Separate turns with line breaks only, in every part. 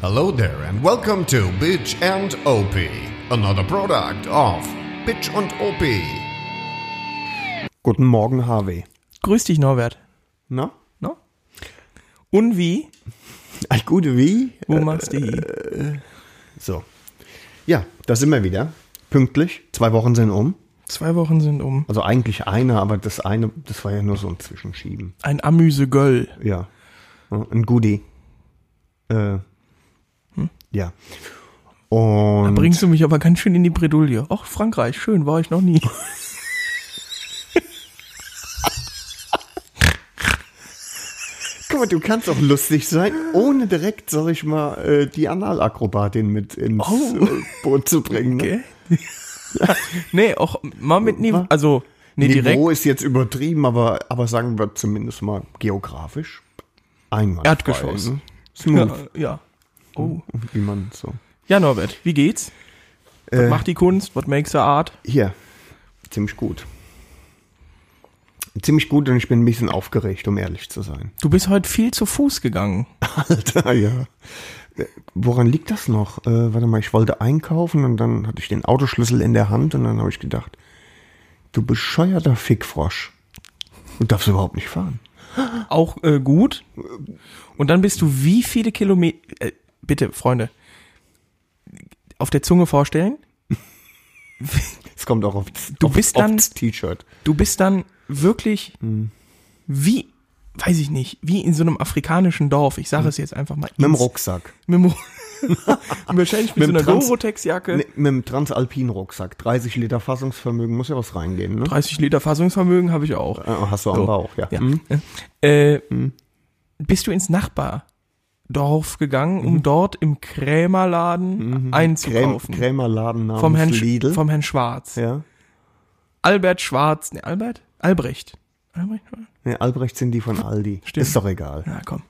Hello there and welcome to Bitch and OP, another product of Bitch und OP.
Guten Morgen, Harvey.
Grüß dich, Norbert.
Na?
No? Und wie?
Ein gute Wie?
Wo machst du die?
So. Ja, da sind wir wieder. Pünktlich. Zwei Wochen sind um.
Zwei Wochen sind um.
Also eigentlich eine, aber das eine, das war ja nur so ein Zwischenschieben.
Ein Amüsegöll.
Ja. Ja, Ein Goodie. Äh, Ja.
Da
Und
bringst du mich Hm? aber ganz schön in die Bredouille. Och, Frankreich, schön, war ich noch nie.
guck mal, du kannst auch lustig sein, ohne direkt, sag ich mal, äh, die Analakrobatin mit ins
Oh.
äh, Boot zu bringen. Ne?
Okay? nee, auch mal mit Niveau. Also, nee, direkt.
Niveau ist jetzt übertrieben, aber, aber sagen wir zumindest mal geografisch einmal.
Erdgeschoss.
Ne? Smooth,
Ja, äh, ja. Oh.
wie man so.
Ja, Norbert, wie geht's? Was macht die Kunst? What makes the art?
Hier, ziemlich gut. Ziemlich gut und ich bin ein bisschen aufgeregt, um ehrlich zu sein.
Du bist heute viel zu Fuß gegangen.
Alter, ja. Äh, Woran liegt das noch? Äh, warte mal, ich wollte einkaufen und dann hatte ich den Autoschlüssel in der Hand und dann habe ich gedacht, du bescheuerter Fickfrosch. Du darfst überhaupt nicht fahren.
Auch äh, gut. Und dann bist du wie viele Kilometer. Äh, bitte, Freunde. Auf der Zunge vorstellen.
Es kommt auch auf,
Du
auf,
bist dann-
aufs T-Shirt.
du bist dann wirklich
Hm.
wie, weiß ich nicht, wie in so einem afrikanischen Dorf. Ich sage es jetzt einfach mal.
Hm. Mit dem
ins-
Rucksack.
Mit dem Ru- Wahrscheinlich
Mit
mit,
dem
so einer
Trans-
Dorotex-Jacke.
Nee, mit dem transalpinen Rucksack. 30 Liter Fassungsvermögen muss ja was reingehen, ne?
30 Liter Fassungsvermögen habe ich auch.
Ah, Hast du am Bauch, ja.
Ja.
Hm?
Äh, Bist du ins Nachbardorf gegangen, um dort im Krämerladen
Mhm. Kräm,
einzukaufen?
Krämerladen namens
vom Herrn, Sch-
Lidl.
vom Herrn Schwarz.
ja.
Albert Schwarz. Ne, Albert? Albrecht. Albrecht?
Nee, Albrecht sind die von Aldi.
Hm, Stimmt.
Ist doch egal.
Na komm.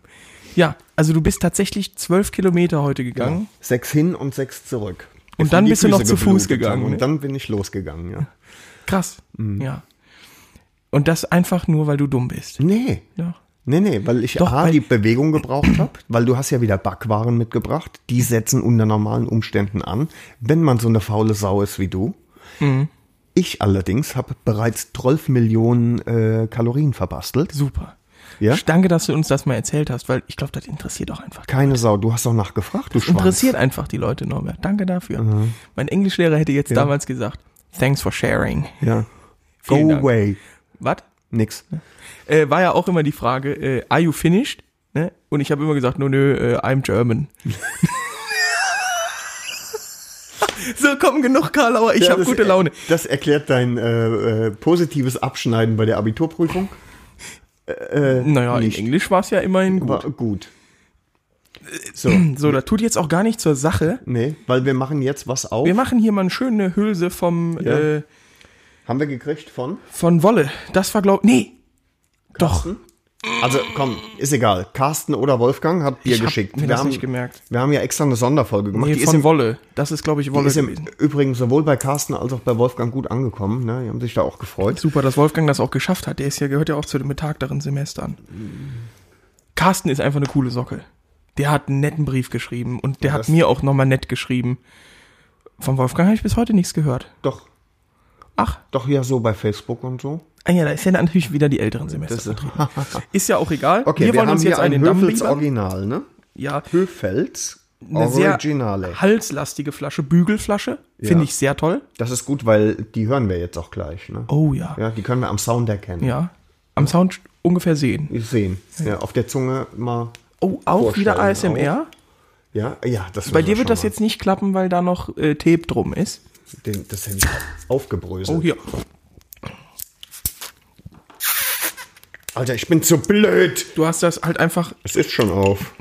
Ja, also du bist tatsächlich zwölf Kilometer heute gegangen.
Sechs hin und sechs zurück.
Und
Bis
dann
mir die
bist du noch
Füße
zu Fuß
geblutet
gegangen,
haben. Und
ne?
dann bin ich losgegangen, ja.
Krass.
Mhm.
Ja. Und das einfach nur, weil du dumm bist.
Nee.
Ja.
Nee, nee, weil ich
Doch,
A,
weil-
die Bewegung gebraucht habe, weil du hast ja wieder Backwaren mitgebracht. Die setzen unter normalen Umständen an, wenn man so eine faule Sau ist wie du.
Mhm.
Ich allerdings habe bereits 12 Millionen äh, Kalorien verbastelt.
Super.
Ja?
Danke, dass du uns das mal erzählt hast, weil ich glaube, das interessiert auch einfach.
Keine Sau, du hast doch nachgefragt, du Schwanz. Mhm.
Interessiert einfach die Leute, Norbert. Danke dafür. Mein Englischlehrer hätte jetzt damals gesagt, thanks for sharing.
Ja. Go
Vielen Dank.
away.
Was?
Nix.
Äh, war ja auch immer die Frage, äh, are you finished? Ne? Und ich habe immer gesagt, no, nö, äh, I'm German. so, komm, genug Karlauer, ich hab habe
das
gute
er-
Laune.
Das erklärt dein äh, äh, positives Abschneiden bei der Abiturprüfung.
Naja,
äh, nicht.
in Englisch war es ja immerhin gut.
War gut. So,
So, das tut jetzt auch gar nicht zur Sache.
nee, weil wir machen jetzt was auf.
Wir machen hier mal eine schöne Hülse vom,
Ja.
äh,
Haben wir gekriegt von?
von Wolle. Das war, glaub Nee. Doch.
Also komm, ist egal. Carsten oder Wolfgang hat Bier
Ich hab
geschickt.
mir
wir
das
haben,
nicht gemerkt.
Wir haben ja extra eine Sonderfolge gemacht.
Nee,
die ist
von
im,
Wolle. Das ist, glaube ich,
die
Wolle
ist im
gewesen.
Übrigen sowohl bei Carsten als auch bei Wolfgang gut angekommen. Ne? Die haben sich da auch gefreut.
Super, dass Wolfgang das auch geschafft hat. Der ist ja, gehört ja auch zu den betagteren Semestern. Carsten ist einfach eine coole Socke. Der hat einen netten Brief geschrieben und der hat
Das-
mir auch nochmal nett geschrieben. Von Wolfgang habe ich bis heute nichts gehört.
Doch,
Ach,
doch ja so bei Facebook und so.
ah ja, da ist ja natürlich wieder die älteren Semester
Das ist,
vertreten. Ist ja auch egal.
okay,
wir, wollen uns jetzt einen Damm
Höfels
liefern.
Original, ne?
Ja,
Höfels
eine sehr
Originale.
halslastige Flasche, Bügelflasche. Finde ich sehr toll.
Das ist gut, weil die hören wir jetzt auch gleich. Ne?
Oh ja. ja.
Ja, die können wir am Sound erkennen.
Am Sound ungefähr sehen.
Die Sehen. Ja, auf der Zunge mal.
Oh, auch wieder
Vorstellen
ASMR.
Ja, ja, das müssen
Bei
wir
dir wird
schon
das
mal.
jetzt nicht klappen, weil da noch äh, Tape drum ist.
Den, das Handy aufgebröselt.
Oh, hier.
Alter, ich bin zu blöd.
Du hast das halt einfach.
Es ist schon auf.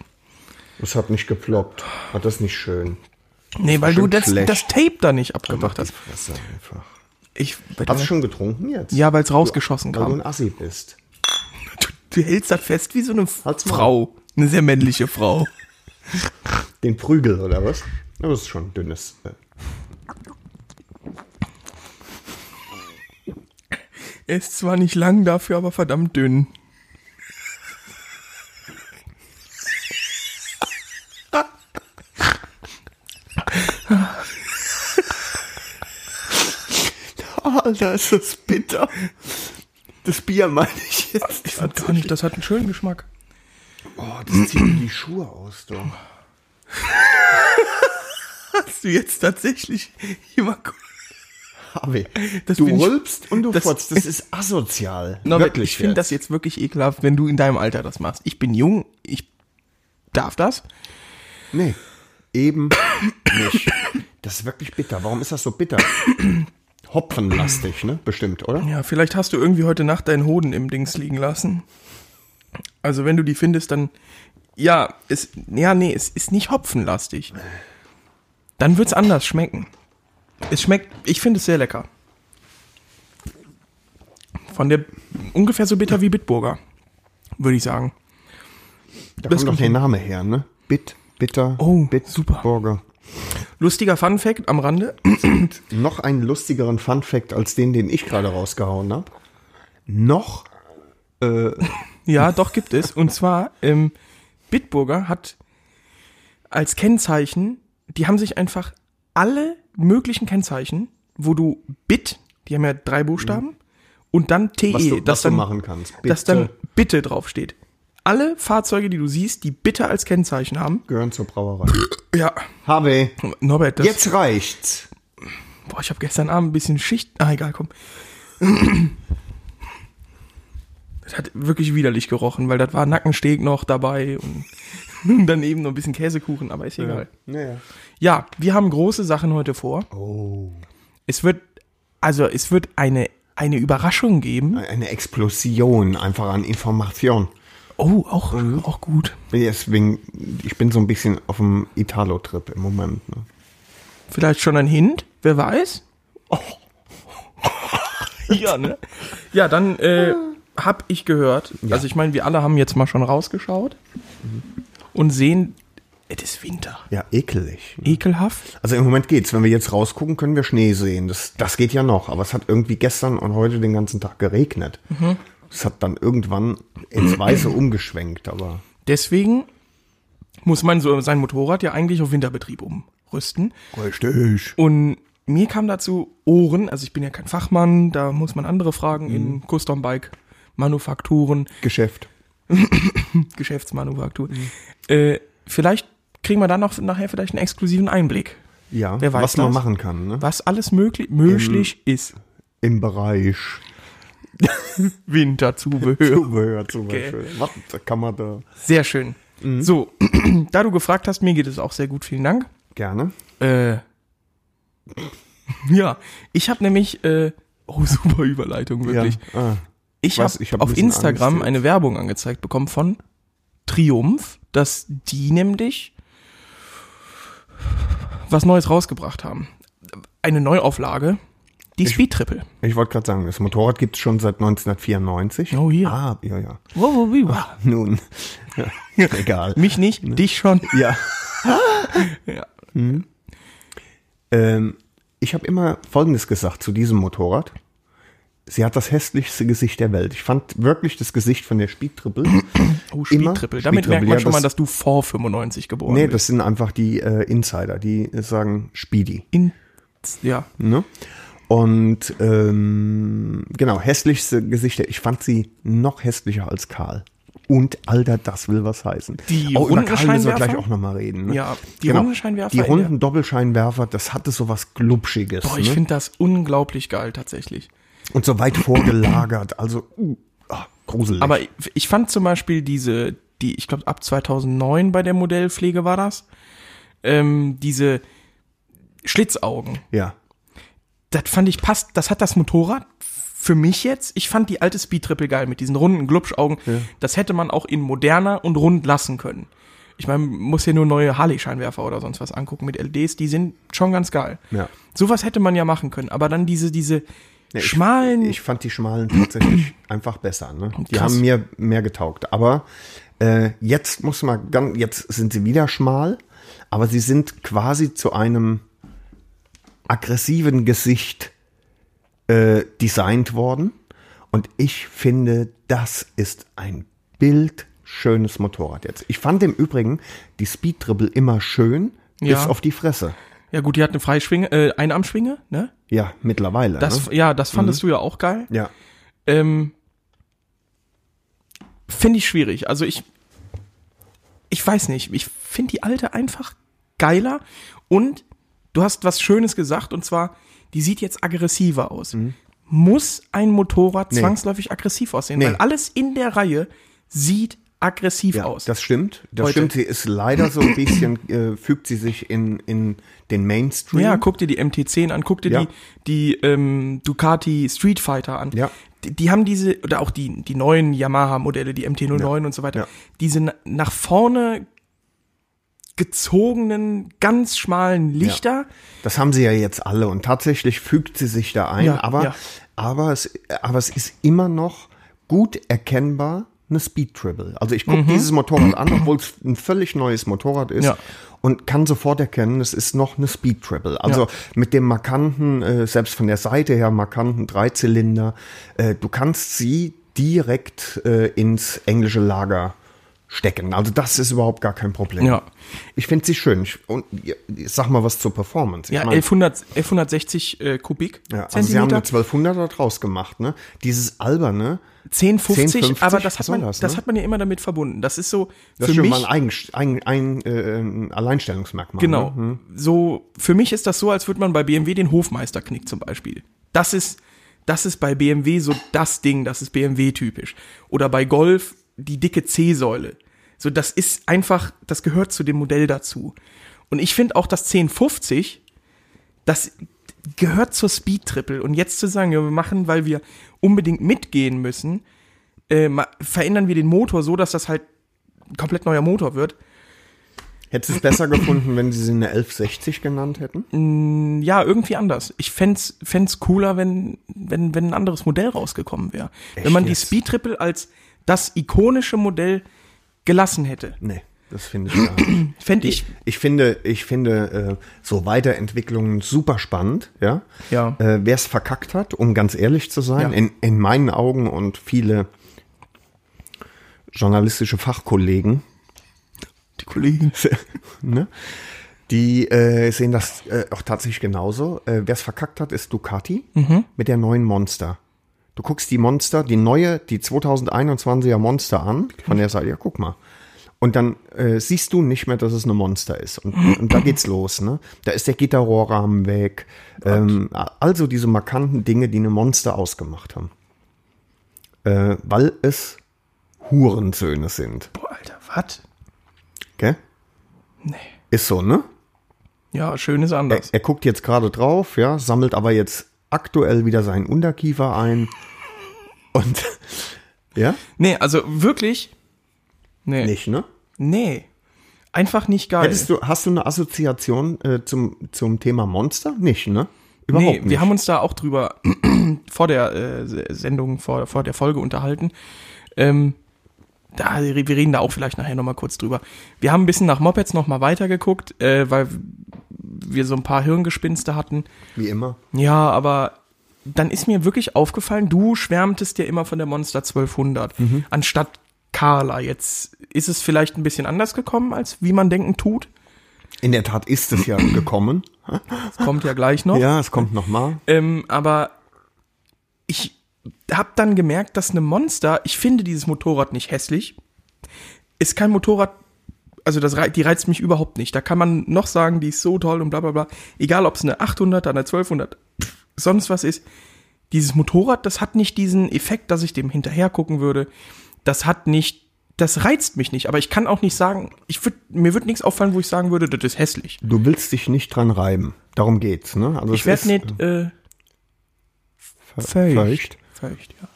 Es hat nicht geploppt. Hat das nicht schön.
Nee, weil du
Bestimmt
das,
schlecht.
das Tape da nicht abgemacht hast.
Fresse einfach.
Ich,
Hast du schon getrunken jetzt?
ja, weil es rausgeschossen
Weil du
kam.
ein Assi bist.
Du, du hältst das fest wie so eine
Halt's mal.
Frau. Eine sehr männliche Frau.
Den Prügel oder was? Ja, Das ist schon ein dünnes. äh,
Er ist zwar nicht lang dafür, aber verdammt dünn.
Alter, ist das bitter. Das Bier meine ich jetzt.
Ich fand gar nicht, das hat einen schönen Geschmack.
Oh, das zieht mir die Schuhe aus, doch.
Hast du jetzt tatsächlich jemand
Harvey,
Das
du
bin ich-
rülpst und du
das-
fotzt. Das ist asozial.
Na,
Wirklich.
ich finde
jetzt.
das jetzt wirklich ekelhaft, wenn du in deinem Alter das machst. Ich bin jung, ich darf das.
Nee, eben nicht. Das ist wirklich bitter. Warum ist das so bitter? Hopfenlastig, ne? Bestimmt, oder?
Ja, vielleicht hast du irgendwie heute Nacht deinen Hoden im Dings liegen lassen. Also wenn du die findest, dann ja, es ja nee, es ist nicht hopfenlastig. Dann wird's anders schmecken. Es schmeckt, ich finde es sehr lecker. Von der ungefähr so bitter wie Bitburger, würde ich sagen.
Da
das
kommt doch
kommt
der Name her, ne? Bit, bitter,
Oh,
Bit,
super.
Burger.
Lustiger Fun Fact am Rande.
Noch einen lustigeren Fun-Fact als den, den ich gerade rausgehauen habe. Noch
Ja, doch gibt es. Und zwar, ähm, Bitburger hat als Kennzeichen, die haben sich einfach alle möglichen Kennzeichen, wo du Bit, die haben ja drei Buchstaben, und dann TE,
Mhm. was, du,
dass,
was
Eh, dann,
du machen kannst.
dass dann Bitte draufsteht. Alle Fahrzeuge, die du siehst, die Bitte als Kennzeichen haben.
gehören zur Brauerei.
Ja,
Harvey,
Norbert, das,
jetzt reicht's.
boah, ich habe gestern Abend ein bisschen Schicht, ah, egal, komm. Das hat wirklich widerlich gerochen, weil das war Nackensteg noch dabei und daneben noch ein bisschen Käsekuchen, aber ist egal.
Naja.
Ja, wir haben große Sachen heute vor.
Oh.
Es wird, also es wird eine, eine Überraschung geben.
Eine Explosion einfach an Information.
Oh, auch, auch gut.
Deswegen, ich bin so ein bisschen auf dem Italo-Trip im Moment. Ne?
Vielleicht schon ein Hint, wer weiß? ja, ne? Ja, dann äh, hab ich gehört, also ich meine, wir alle haben jetzt mal schon rausgeschaut Mhm. und sehen, es ist Winter.
Ja, ekelig.
Ekelhaft.
Also im Moment geht's. Wenn wir jetzt rausgucken, können wir Schnee sehen. Das, das geht ja noch. Aber es hat irgendwie gestern und heute den ganzen Tag geregnet.
Mhm.
Es hat dann irgendwann ins Weiße umgeschwenkt. Aber
Deswegen muss man so sein Motorrad ja eigentlich auf Winterbetrieb umrüsten.
richtig.
Und mir kam dazu Ohren, also ich bin ja kein Fachmann, da muss man andere fragen in Custom Bike Manufakturen,
Geschäft.
Geschäftsmanufaktur. Äh, vielleicht kriegen wir dann noch nachher vielleicht einen exklusiven Einblick,
Ja,
Wer weiß
was man
das?
machen kann. Ne?
was alles möglich, möglich ist.
Im Bereich
Winterzubehör.
Zubehör zum
Okay.
Beispiel. Was kann man da?
Sehr schön. So, da du gefragt hast, mir geht es auch sehr gut, vielen Dank.
Gerne.
Äh, ja, ich habe nämlich, äh, oh super Überleitung, wirklich.
Ja. Ah,
Ich habe
Was? Ich hab ein
auf
bisschen Angst
Instagram
jetzt.
eine Werbung angezeigt bekommen von Triumph, dass die nämlich was Neues rausgebracht haben. Eine Neuauflage, die Speed Triple.
ich wollte gerade sagen, das Motorrad gibt's schon seit 1994.
Oh, hier.
Ah, ja, ja.
Wow.
Nun, ja, egal.
Ah. Mich nicht, dich schon.
Ja. Hm.
Ja.
Ähm, ich habe immer Folgendes gesagt zu diesem Motorrad. Sie hat das hässlichste Gesicht der Welt. Ich fand wirklich das Gesicht von der Speedtriple.
Oh, Speed Triple. Damit merkt man schon mal, dass du vor 95 geboren
Nee,
bist.
das sind einfach die äh, Insider, die äh, sagen Speedy.
In, ja.
Ne? Und ähm, genau, hässlichste Gesichter. Ich fand sie noch hässlicher als Karl. Und Alter, das will was heißen.
Die
oh, über Karl
runden
müssen wir
Scheinwerfer?
gleich auch nochmal reden. Ne?
Ja, die runden Scheinwerfer
Die
in der-
runden Doppelscheinwerfer, das hatte so was Glubschiges.
Boah, ich
ne?
finde das unglaublich geil tatsächlich.
Und so weit vorgelagert. Also, uh, ah, gruselig.
Aber ich, ich fand zum Beispiel diese, die, ich glaube ab 2009 bei der Modellpflege war das, ähm, diese Schlitzaugen.
ja.
Das fand ich passt, das hat das Motorrad für mich jetzt. Ich fand die alte Speedtriple geil mit diesen runden Glubschaugen. Das hätte man auch in moderner und rund lassen können. Ich meine, man muss hier nur neue Harley-Scheinwerfer oder sonst was angucken mit LEDs, die sind schon ganz geil.
Ja.
Sowas hätte man ja machen können, aber dann diese, diese
ich-
schmalen.
Ich fand die schmalen tatsächlich einfach besser. Ne? Die
Krass.
haben mir mehr getaugt. Aber äh, jetzt muss man ganz, jetzt sind sie wieder schmal, aber sie sind quasi zu einem aggressiven Gesicht äh, designt worden. Und ich finde, das ist ein bildschönes Motorrad jetzt. Ich fand im Übrigen die Speed Dribble immer schön,
Ja.
bis auf die Fresse.
Ja gut, die hat eine Freischwinge, äh, Einarmschwinge, ne?
Ja, mittlerweile.
Das,
ne?
ja, das fandest du ja auch geil.
Ja.
Ähm, finde ich schwierig. Also ich, ich weiß nicht. Ich finde die alte einfach geiler. Und du hast was Schönes gesagt und zwar, die sieht jetzt aggressiver aus. Muss ein Motorrad
Mhm. Nee.
zwangsläufig aggressiv aussehen,
Nee.
weil alles in der Reihe sieht aggressiv
Ja,
aus.
das stimmt. Das
Heute.
stimmt. Sie ist leider so ein bisschen, äh, fügt sie sich in, in den Mainstream.
Ja, guck dir die MT10 an, guck dir
Ja.
die, die ähm, Ducati Street Fighter an.
Ja.
Die, die haben diese, oder auch die, die neuen Yamaha-Modelle, die MT09 und so weiter,
Ja.
diese na- nach vorne gezogenen, ganz schmalen Lichter.
Das haben sie ja jetzt alle und tatsächlich fügt sie sich da ein,
Ja,
aber,
ja.
Aber, es, aber es ist immer noch gut erkennbar eine Speed Tribble. Also ich gucke dieses Motorrad an, obwohl es ein völlig neues Motorrad ist
Mhm. Ja.
und kann sofort erkennen, es ist noch eine Speed Tribble. Also
Ja.
mit dem markanten, äh, selbst von der Seite her markanten Dreizylinder, äh, du kannst sie direkt äh, ins englische Lager stecken. Also das ist überhaupt gar kein Problem.
Ja.
Ich finde sie schön. Ich, und ja, sag mal was zur Performance. Ich
Ja,
mein-
1100, 1160 äh, Kubik.
ja, also sie haben eine
Zentimeter.
1200er draus gemacht, ne? Dieses alberne.
1050,
10,50,
aber das
was
hat
soll
man,
das,
das,
ne?
hat man ja immer damit verbunden. Das ist so
Das ist
für
schon
mich.
mal ein, Eigen- ein, ein, äh, ein Alleinstellungsmerkmal.
Genau.
Ne?
So, für mich ist das so, als würde man bei BMW den Hofmeisterknick zum Beispiel. Das ist, das ist bei BMW so das Ding, das ist BMW-typisch. Oder bei Golf die dicke C-Säule. So, das ist einfach, das gehört zu dem Modell dazu. Und ich finde auch das 1050, das gehört zur Speed Triple. Und jetzt zu sagen, ja, wir machen, weil wir unbedingt mitgehen müssen, äh, ma- verändern wir den Motor so, dass das halt ein komplett neuer Motor wird.
Hättest du es besser gefunden, wenn sie sie eine 1160 genannt hätten?
Mhm. Ja, irgendwie anders. Ich fänd's, fänd's cooler, wenn, wenn, wenn ein anderes Modell rausgekommen wäre. Wenn man
jetzt?
die Speed Triple als das ikonische Modell gelassen hätte.
Nee, das finde ich gar nicht.
Fänd ich,
Ich finde, ich finde äh, so Weiterentwicklungen super spannend, ja.
Ja.
Äh, Wer es verkackt hat, um ganz ehrlich zu sein,
Ja.
in, in meinen Augen und viele journalistische Fachkollegen,
die Kollegen.
ne? Die äh, sehen das äh, auch tatsächlich genauso. Äh, Wer es verkackt hat, ist Ducati mit der neuen Monster. Du guckst die Monster, die neue, die 2021er Monster an, von der Seite, ja, guck mal. Und dann äh, siehst du nicht mehr, dass es eine Monster ist. Und, und da geht's los, ne? Da ist der Gitterrohrrahmen weg. Ähm, also diese markanten Dinge, die eine Monster ausgemacht haben. Äh, weil es Hurensöhne sind.
Boah, Alter, was?
Gell?
Nee.
Ist so, ne?
Ja, schön ist anders.
Er guckt jetzt gerade drauf, ja, sammelt aber jetzt aktuell wieder seinen Unterkiefer ein. Und ja,
Nee, also wirklich. Nee.
nicht, ne?
Nee. Einfach nicht geil.
Hättest du, hast du eine Assoziation äh, zum, zum Thema Monster? Nicht, ne? Überhaupt
nee, wir haben uns da auch drüber vor der äh, Se- Sendung, vor, vor der Folge unterhalten. Ähm, da, wir reden da auch vielleicht nachher nochmal kurz drüber. Wir haben ein bisschen nach Mopeds nochmal weitergeguckt, äh, weil wir so ein paar Hirngespinste hatten.
Wie immer.
Ja, aber dann ist mir wirklich aufgefallen, du schwärmtest ja immer von der Monster 1200 anstatt Carla. Jetzt ist es vielleicht ein bisschen anders gekommen, als wie man denken tut.
In der Tat ist es ja gekommen.
Das kommt ja gleich noch.
Ja, es kommt nochmal.
Ähm, aber ich habe dann gemerkt, dass eine Monster, ich finde dieses Motorrad nicht hässlich, ist kein Motorrad, also das, rei- die reizt mich überhaupt nicht. Da kann man noch sagen, die ist so toll und bla bla bla. Egal, ob es eine 800er, eine 1200, pff, sonst was ist. Dieses Motorrad, das hat nicht diesen Effekt, dass ich dem hinterher gucken würde. Das hat nicht, das reizt mich nicht. Aber ich kann auch nicht sagen, ich würd, mir würde nichts auffallen, wo ich sagen würde, das ist hässlich.
Du willst dich nicht dran reiben. Darum geht's, ne? Also
Ich werde nicht äh, feucht.
feucht.
feucht. ja.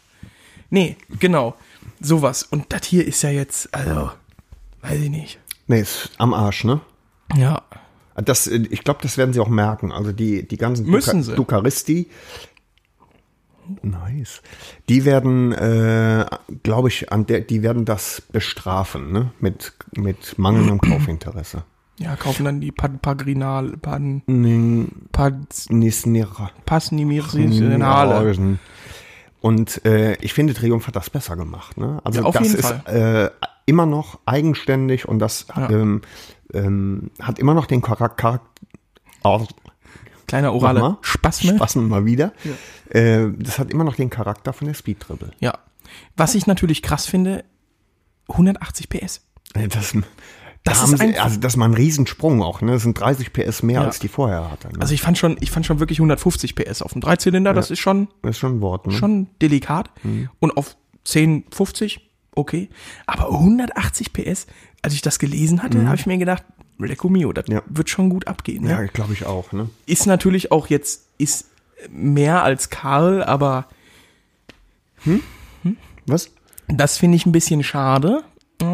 Nee, genau. Sowas. Und das hier ist ja jetzt, also, weiß ich nicht.
Nee, ist am Arsch, ne?
Ja.
Das, äh, ich glaube, das werden sie auch merken. Also die, die ganzen
Müssen
Duca-
sie.
Ducaristi. Nice. Die werden, äh, glaube ich, an der, die werden das bestrafen, ne? Mit, mit mangelndem Kaufinteresse.
Ja, kaufen dann die Pad Pagrinal, Pan,
Nee,
Pad,
Nisnera.
Passnimirinale.
Und äh, ich finde, Triumph hat das besser gemacht. Ne? Also
Ja, auf
das
jeden
ist Äh, immer noch eigenständig und das
Ja.
ähm, ähm, hat immer noch den Charakter. Ar-
Kleiner oraler
Nochmal.
Spasme.
Spassen mal wieder. Äh, das hat immer noch den Charakter von der Speed Triple.
Ja. Was ich natürlich krass finde, 180 PS.
Äh, Das,
Das
das,
ist
haben sie,
einfach-
also das ist mal ein Riesensprung auch. Ne? Das sind 30 PS mehr,
Ja.
als die vorher hatte. Ne?
Also ich fand schon, ich fand schon wirklich 150 PS auf dem Dreizylinder, das ist schon,
das ist schon ein Wort. Ne?
schon delikat.
Mhm.
Und auf 10, 50, okay. Aber 180 PS, als ich das gelesen hatte, habe ich mir gedacht, Lecco Mio, das
Mhm. Ja.
wird schon gut abgehen. Ne?
ja, glaube ich auch. Ne?
Ist natürlich auch jetzt, ist mehr als Karl, aber
Was?
das finde ich ein bisschen schade. Äh,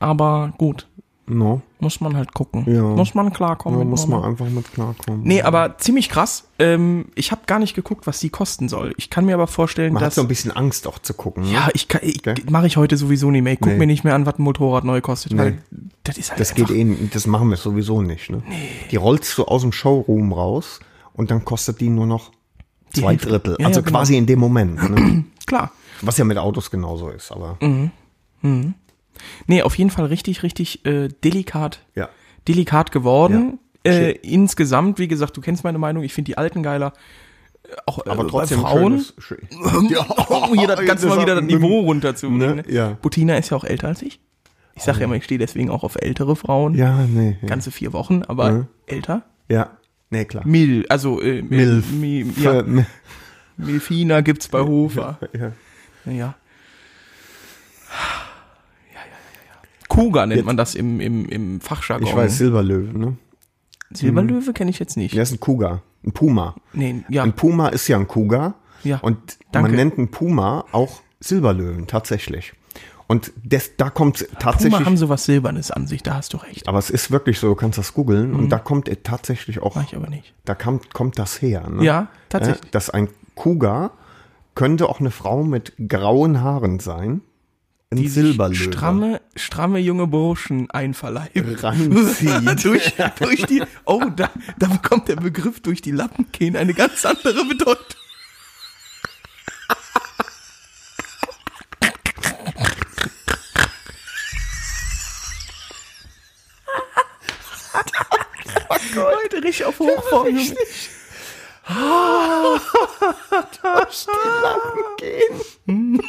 Aber gut,
No.
muss man halt gucken.
Ja.
Muss man klarkommen.
Da
mit
muss
Norman.
man einfach mit klarkommen.
Nee, aber ziemlich krass. Ähm, ich habe gar nicht geguckt, was die kosten soll. Ich kann mir aber vorstellen,
Man hat
dass.
so ein bisschen Angst auch zu gucken. Ne?
ja, ich, kann- ich
Gell?
mache ich heute sowieso nicht mehr. Ich guck
Nee.
mir nicht mehr an, was ein Motorrad neu kostet, weil das ist halt
Das
einfach,
geht eh, nicht, das machen wir sowieso nicht. Ne? Die rollst du aus dem Showroom raus und dann kostet die nur noch zwei
Hälfte.
Drittel.
Ja,
also
ja, genau.
quasi in dem Moment. Ne?
klar.
Was ja mit Autos genauso ist, aber
Mhm. Nee, auf jeden Fall richtig, richtig äh, delikat,
ja.
delikat geworden.
Ja.
Äh, insgesamt, wie gesagt, du kennst meine Meinung, ich finde die alten geiler. Äh, Auch
Aber
äh,
trotzdem
Frauen.
schönes- schön.
Ja. Um hier das ganz mal wieder das Niveau runterzubringen.
Ne?
Ne?
Ja. Oh.
Butina ist ja auch älter als ich. Ich sage ja immer, ich stehe deswegen auch auf ältere Frauen.
Ja, Mhm. nee. Ja.
ganze vier Wochen, aber älter.
ja. Nee, klar. ne,
Mil, also äh, Mil,
Milf.
Mi, ja,
Ver-
Milfina gibt's bei Hofer.
ja.
Ja. Ja, ja, ja, ja. Kuga nennt man das im, im, im Fachjargon.
Ich weiß, Silberlöwe, ne?
Silberlöwe kenne ich jetzt nicht.
Der ist ein Kuga, ein Puma.
Nee, ja.
Ein Puma ist ja ein Kuga.
Ja,
Und
danke.
man nennt einen Puma auch Silberlöwen, tatsächlich. Und das, da kommt tatsächlich.
Puma haben sowas Silbernes an sich, da hast du recht.
aber es ist wirklich so, du kannst das googeln und da kommt äh, tatsächlich auch,
Mach Mhm. ich aber nicht.
da kam, kommt das her. Ne?
Ja, tatsächlich.
Äh, Dass ein Kuga könnte auch eine Frau mit grauen Haaren sein. Ein
Die sich
Silberlöwe.
stramme, stramme junge Burschen einverleiben.
ranzieht.
durch, durch die, oh, da, da bekommt der Begriff durch die Lappen gehen eine ganz andere Bedeutung. Heute richtig auf Hochform. Junge.
gehen.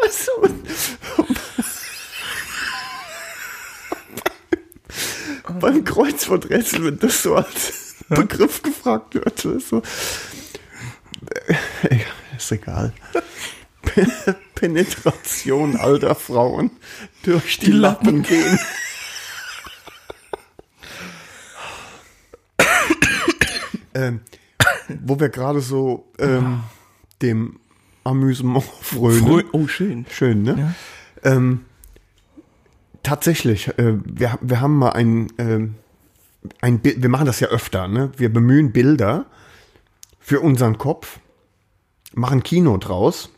Was so? Beim Kreuzworträtsel, wenn das so als Begriff gefragt wird, ist so. Äh, Ist egal. Pe- Penetration alter Frauen durch die,
Die
Lappen
Lappen.
gehen. ähm, wo wir gerade so ähm, dem Amüsement frönen.
Frö- Oh, schön.
Schön, ne? Ähm, tatsächlich, äh, wir, wir haben mal ein, ähm, ein Bild, wir machen das ja öfter, ne? Wir bemühen Bilder für unseren Kopf, machen Kino draus.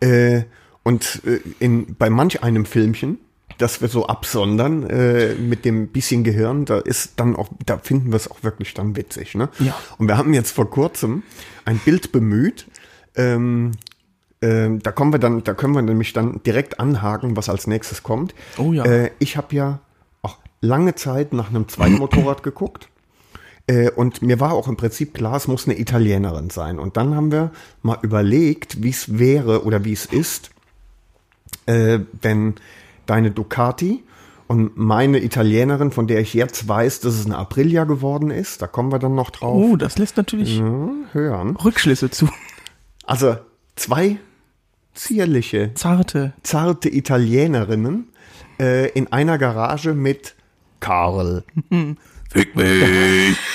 Äh, und äh, in, bei manch einem Filmchen, das wir so absondern äh, mit dem bisschen Gehirn, da ist dann auch, da finden wir es auch wirklich dann witzig. Ne?
Ja.
Und wir haben jetzt vor kurzem ein Bild bemüht. Ähm, ähm, da kommen wir dann, da können wir nämlich dann direkt anhaken, was als nächstes kommt.
Oh ja.
Äh, ich habe ja auch lange Zeit nach einem zweiten Motorrad geguckt. Äh, und mir war auch im Prinzip klar, es muss eine Italienerin sein. Und dann haben wir mal überlegt, wie es wäre oder wie es ist, äh, wenn deine Ducati und meine Italienerin, von der ich jetzt weiß, dass es eine Aprilia geworden ist, da kommen wir dann noch drauf,
Oh, das lässt natürlich
hören.
Rückschlüsse zu.
Also zwei zierliche
Zarte.
zarte Italienerinnen äh, in einer Garage mit Karl.
Fick mich.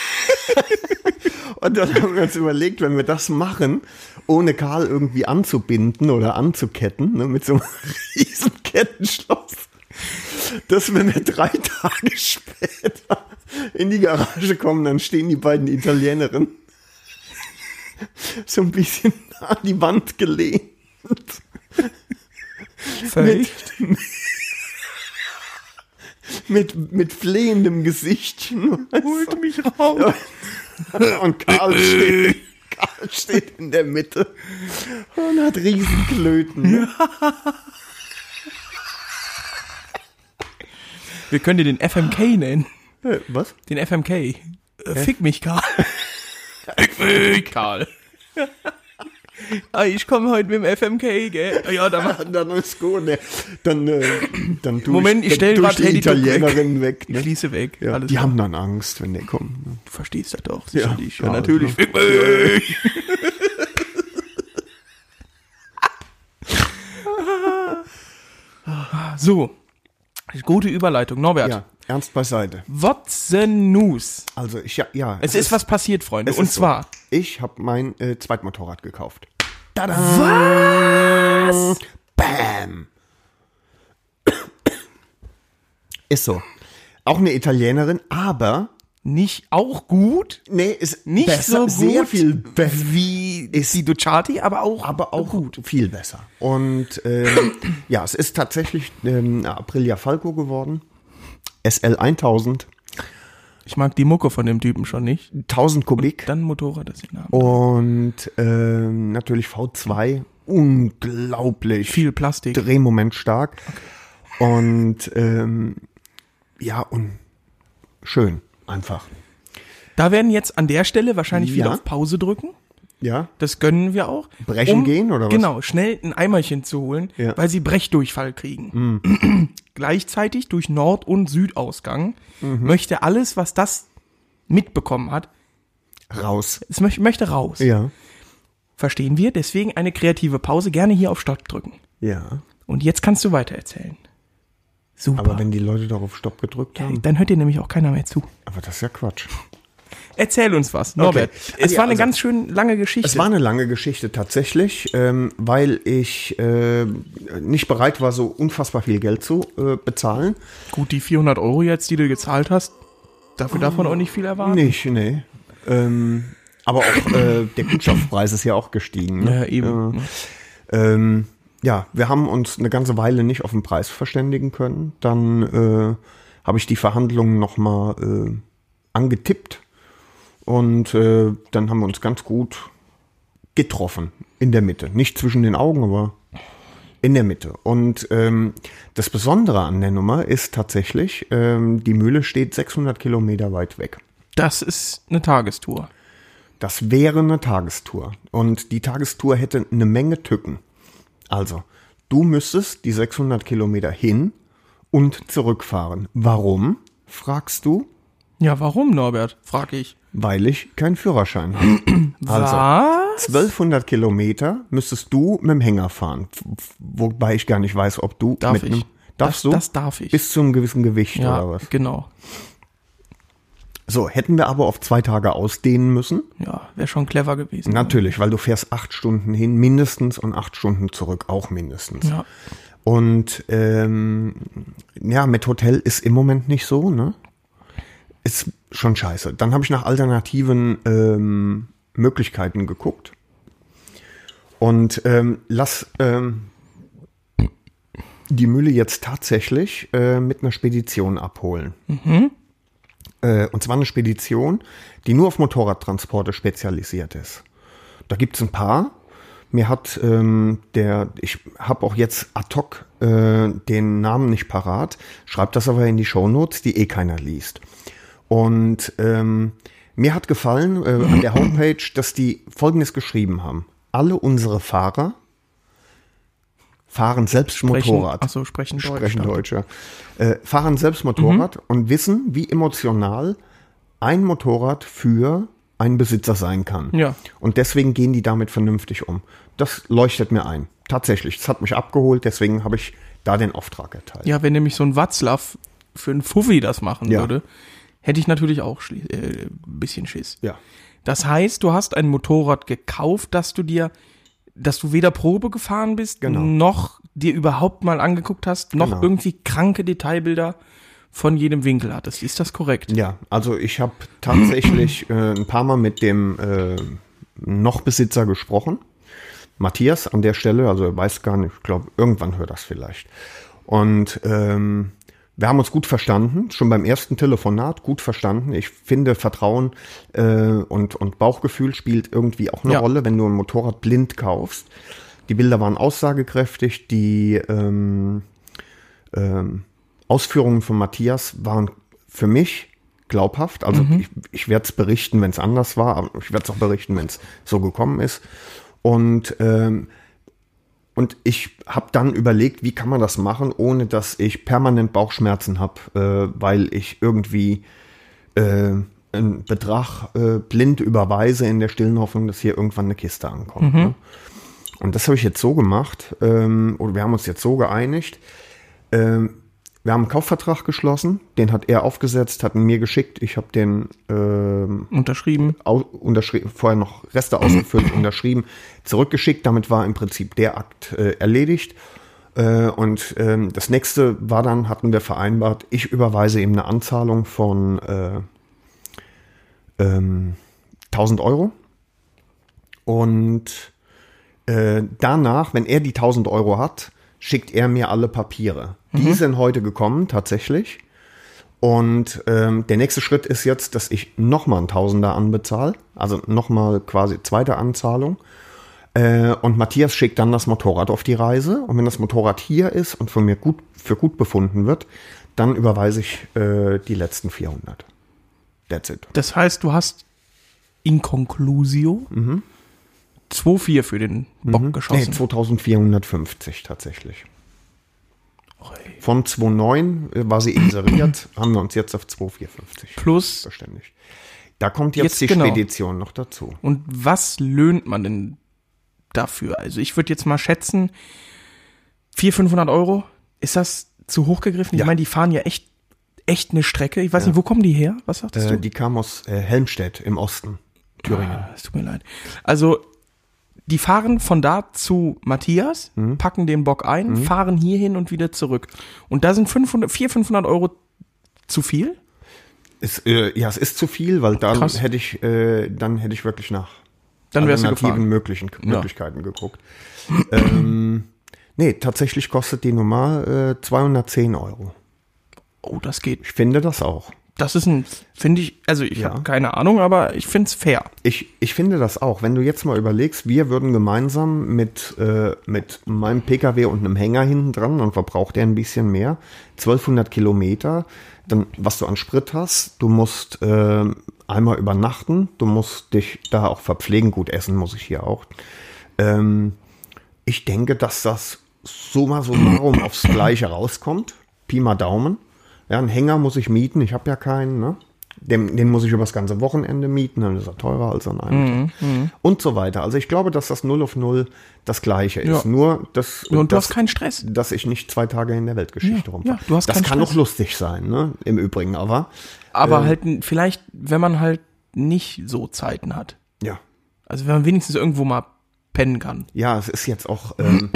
Und dann haben wir uns überlegt, wenn wir das machen, ohne Karl irgendwie anzubinden oder anzuketten, ne, mit so einem riesen Kettenschloss, dass wenn wir drei Tage später in die Garage kommen, dann stehen die beiden Italienerinnen so ein bisschen an die Wand gelehnt.
Völlig.
mit, mit flehendem Gesichtchen.
Holt mich raus.
Und Karl steht, Karl steht in der Mitte und hat Riesenklöten.
Wir können dir den FMK nennen.
Äh, was?
Den FMK. Äh, Fick mich, Karl. Fick mich, Karl. ah, ich komme heute mit dem FMK, gell? Ah, Ja, da mach
Dann ist gut, ne? Dann, äh, dann durch,
Moment, ich stell
dann durch
grad
die
Eddie Duck
Italienerin weg.
Ich
ne?
schließe weg.
Ja,
Alles
die
klar.
haben dann Angst, wenn der kommt. Ne?
Du verstehst das doch,
Ja,
sicherlich. Ja,
klar,
natürlich.
klar.
Fick mich. so. Gute Überleitung. Norbert.
Ja, ernst beiseite.
What's the news?
Also ich ja, ja
Es, ist, was passiert, Freunde.
es
Und
ist so.
zwar.
Ich habe mein äh, Zweitmotorrad gekauft.
Was?
Bam. Ist so. Auch eine Italienerin, aber
Nicht auch gut
nee, ist
Nicht
besser,
so gut
sehr viel besser,
wie die Ducati, aber auch.
aber auch gut. viel besser. Und ähm, ja, es ist tatsächlich ähm, eine Aprilia Falco geworden. SL 1000,
Ich mag die Mucke von dem Typen schon nicht.
1000 Kubik.
Dann Motorrad ist Name.
Und ähm, natürlich V2, unglaublich
Viel Plastik.
Drehmoment stark. Und ähm, ja, und schön, einfach.
Da werden jetzt an der Stelle wahrscheinlich
Ja.
viele auf Pause drücken.
Ja,
Das gönnen wir auch.
Brechen gehen, oder was?
Genau, schnell ein Eimerchen zu holen,
Ja. Hm.
weil sie Brechdurchfall kriegen. Gleichzeitig durch Nord- und Südausgang
Mhm.
möchte alles, was das mitbekommen hat,
raus.
es möchte, möchte raus.
Ja,
Verstehen wir? Deswegen eine kreative Pause. Gerne hier auf Stopp drücken.
ja.
Und jetzt kannst du weitererzählen. Super.
Aber wenn die Leute darauf Stopp gedrückt haben,
Dann hört dir nämlich auch keiner mehr zu.
aber das ist ja Quatsch.
Erzähl uns was, Norbert. Es
Ja,
war eine
also-
ganz schön lange Geschichte.
Es war eine lange Geschichte tatsächlich, ähm, weil ich äh, nicht bereit war, so unfassbar viel Geld zu äh, bezahlen.
Gut, die 400 Euro jetzt, die du gezahlt hast, dafür darf man auch nicht viel erwarten.
Nicht, nee. Ähm, aber auch äh, der Kunststoffpreis ist ja auch gestiegen. Ne?
Ja, eben.
Ähm, ja, wir haben uns eine ganze Weile nicht auf den Preis verständigen können. Dann äh, habe ich die Verhandlungen nochmal äh, angetippt und äh, dann haben wir uns ganz gut getroffen in der Mitte. Nicht zwischen den Augen, aber in der Mitte. Und ähm, das Besondere an der Nummer ist tatsächlich, ähm, die Mühle steht 600 Kilometer weit weg.
Das ist eine Tagestour.
Das wäre eine Tagestour. Und die Tagestour hätte eine Menge Tücken. Also, du müsstest die 600 Kilometer hin und zurückfahren. Warum? Fragst du?
Ja, warum, Norbert? Frag ich.
Weil ich keinen Führerschein habe. Also,
Was?
1200 Kilometer müsstest du mit dem Hänger fahren. Wobei ich gar nicht weiß, ob du
Darf
mit
ich.
einem... Darfst du?
Das- das darf ich.
Bis zu einem gewissen Gewicht
Ja,
oder was?
genau.
So, hätten wir aber auf zwei Tage ausdehnen müssen.
Ja, wäre schon clever gewesen.
Natürlich, weil du fährst acht Stunden hin mindestens und acht Stunden zurück auch mindestens.
Ja.
Und ähm, ja, mit Hotel ist im Moment nicht so, ne? Ist schon scheiße. Dann habe ich nach alternativen ähm, Möglichkeiten geguckt. Und ähm, lass ähm, die Mühle jetzt tatsächlich äh, mit einer Spedition abholen. Äh, und zwar eine Spedition, die nur auf Motorradtransporte spezialisiert ist. Da gibt's ein paar. Mir hat ähm, der, ich habe auch jetzt ad hoc äh, den Namen nicht parat, schreibt das aber in die Shownotes, die eh keiner liest. Und ähm, mir hat gefallen äh, an der Homepage, dass die Folgendes geschrieben haben. Alle unsere Fahrer fahren selbst Motorrad
Achso, sprechen Deutsch.
sprechen
dann. Mhm.
Deutsche. Äh, fahren selbst Motorrad und wissen, wie emotional ein Motorrad für einen Besitzer sein kann.
Ja.
Und deswegen gehen die damit vernünftig um. Das leuchtet mir ein. Tatsächlich. Das hat mich abgeholt, deswegen habe ich da den Auftrag erteilt.
Ja, wenn nämlich so ein Watzlaff für einen Fuffi das machen
Ja.
würde, hätte ich natürlich auch schli- äh, ein bisschen Schiss.
Ja.
Das heißt, du hast ein Motorrad gekauft, das du dir, dass du weder Probe gefahren bist,
Genau.
noch dir überhaupt mal angeguckt hast, noch
Genau.
irgendwie kranke Detailbilder von jedem Winkel hattest. Ist das korrekt?
Ja, also ich habe tatsächlich äh, ein paar Mal mit dem äh, Noch-Besitzer gesprochen. Matthias an der Stelle, also er weiß gar nicht, ich glaube, irgendwann hört das vielleicht. Und ähm, wir haben uns gut verstanden, schon beim ersten Telefonat gut verstanden. Ich finde, Vertrauen äh, und, und Bauchgefühl spielt irgendwie auch eine
Ja.
Rolle, wenn du ein Motorrad blind kaufst. äh, Die Bilder waren aussagekräftig, die ähm, ähm, Ausführungen von Matthias waren für mich glaubhaft. Also ich, ich werde es berichten, wenn es anders war, aber ich werde es auch berichten, wenn es so gekommen ist. Und, ähm, und ich habe dann überlegt, wie kann man das machen, ohne dass ich permanent Bauchschmerzen habe, äh, weil ich irgendwie äh, einen Betrag äh, blind überweise in der stillen Hoffnung, dass hier irgendwann eine Kiste ankommt. Ne? Und das habe ich jetzt so gemacht, ähm, oder wir haben uns jetzt so geeinigt. Ähm, wir haben einen Kaufvertrag geschlossen, den hat er aufgesetzt, hat ihn mir geschickt. Ich habe den ähm,
Unterschrieben.
au- unterschrieben, vorher noch Reste ausgefüllt, unterschrieben, zurückgeschickt. Damit war im Prinzip der Akt äh, erledigt. Äh, und ähm, das nächste war dann, hatten wir vereinbart, ich überweise ihm eine Anzahlung von äh, ähm, 1000 Euro. Und äh, danach, wenn er die 1000 Euro hat, schickt er mir alle Papiere. Die sind heute gekommen, tatsächlich. Und ähm, der nächste Schritt ist jetzt, dass ich nochmal einen Tausender anbezahle, also nochmal quasi zweite Anzahlung. Äh, und Matthias schickt dann das Motorrad auf die Reise. Und wenn das Motorrad hier ist und von mir gut, für gut befunden wird, dann überweise ich äh, die letzten 400. That's it.
Das heißt, du hast in Conclusio 2-4 für den Bock
Mhm. Nee,
geschossen.
2450 tatsächlich.
Oi.
Von 2,9 war sie inseriert, haben wir uns jetzt auf 2,450
Plus,
verständigt. Da kommt jetzt,
Jetzt
die
genau.
Spedition noch dazu.
und was löhnt man denn dafür? Also ich würde jetzt mal schätzen, 400, 500 Euro, ist das zu hoch gegriffen? Ich
Ja.
meine, die fahren ja echt, echt eine Strecke. Ich weiß nicht, wo kommen die her? Was sagtest
Äh,
du?
die kam aus äh, Helmstedt im Osten, Thüringen.
Ah, Es tut mir leid. Also, die fahren von da zu Matthias,
Mhm.
packen den Bock ein, fahren hierhin und wieder zurück. Und da sind 500, 400, 500 Euro zu viel.
Ist, äh, ja, es ist zu viel, weil dann
Krass.
hätte ich äh, dann hätte ich wirklich nach
Dann wärst du
alternativen
gefahren.
möglichen, Möglichkeiten geguckt. ähm, nee, tatsächlich kostet die Nummer äh, 210 Euro.
Oh, das geht.
Ich finde das auch.
Das ist ein, finde ich, also ich
Ja.
habe keine Ahnung, aber ich finde es fair.
Ich, ich finde das auch. Wenn du jetzt mal überlegst, wir würden gemeinsam mit, äh, mit meinem Pkw und einem Hänger hinten dran, dann verbraucht er ein bisschen mehr, 1200 Kilometer, dann was du an Sprit hast, du musst äh, einmal übernachten, du musst dich da auch verpflegen, gut essen muss ich hier auch. Ähm, ich denke, dass das summa summarum aufs Gleiche rauskommt. Pi mal Daumen. Ja, einen Hänger muss ich mieten, ich habe ja keinen, ne? Den, den muss ich übers ganze Wochenende mieten, dann ist er teurer als an einem.
Mhm,
Tag. Und so weiter. Also ich glaube, dass das null auf null das gleiche ist.
Ja.
Nur, dass,
Und du
dass,
hast keinen Stress.
dass ich nicht zwei Tage in der Weltgeschichte
Ja,
rumfahre.
ja, du hast
das
keinen
kann
Stress.
auch lustig sein, ne? Im Übrigen, aber Ähm.
Aber halt, n- vielleicht, wenn man halt nicht so Zeiten hat.
ja.
Also wenn man wenigstens irgendwo mal pennen kann.
Ja, es ist jetzt auch, ähm,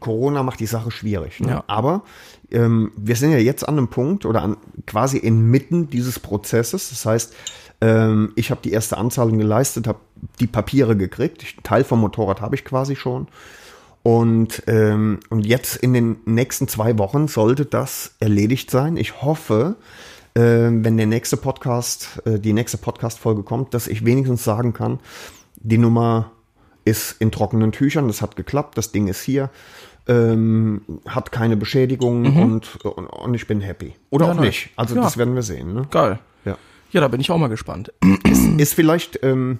Corona macht die Sache schwierig. Ne?
Ja.
Aber ähm, wir sind ja jetzt an einem Punkt oder an, quasi inmitten dieses Prozesses. Das heißt, ähm, ich habe die erste Anzahlung geleistet, habe die Papiere gekriegt. Ich, Teil vom Motorrad habe ich quasi schon. Und, ähm, und jetzt in den nächsten zwei Wochen sollte das erledigt sein. Ich hoffe, ähm, wenn der nächste Podcast, äh, die nächste Podcast-Folge kommt, dass ich wenigstens sagen kann, die Nummer ist in trockenen Tüchern, das hat geklappt, das Ding ist hier, ähm, hat keine Beschädigungen und, und, und ich bin happy. Oder
Mhm. Ja,
auch
nein.
nicht. Also
Ja.
das werden wir sehen. Ne?
Geil.
Ja.
Ja, da bin ich auch mal gespannt.
Ist vielleicht ähm,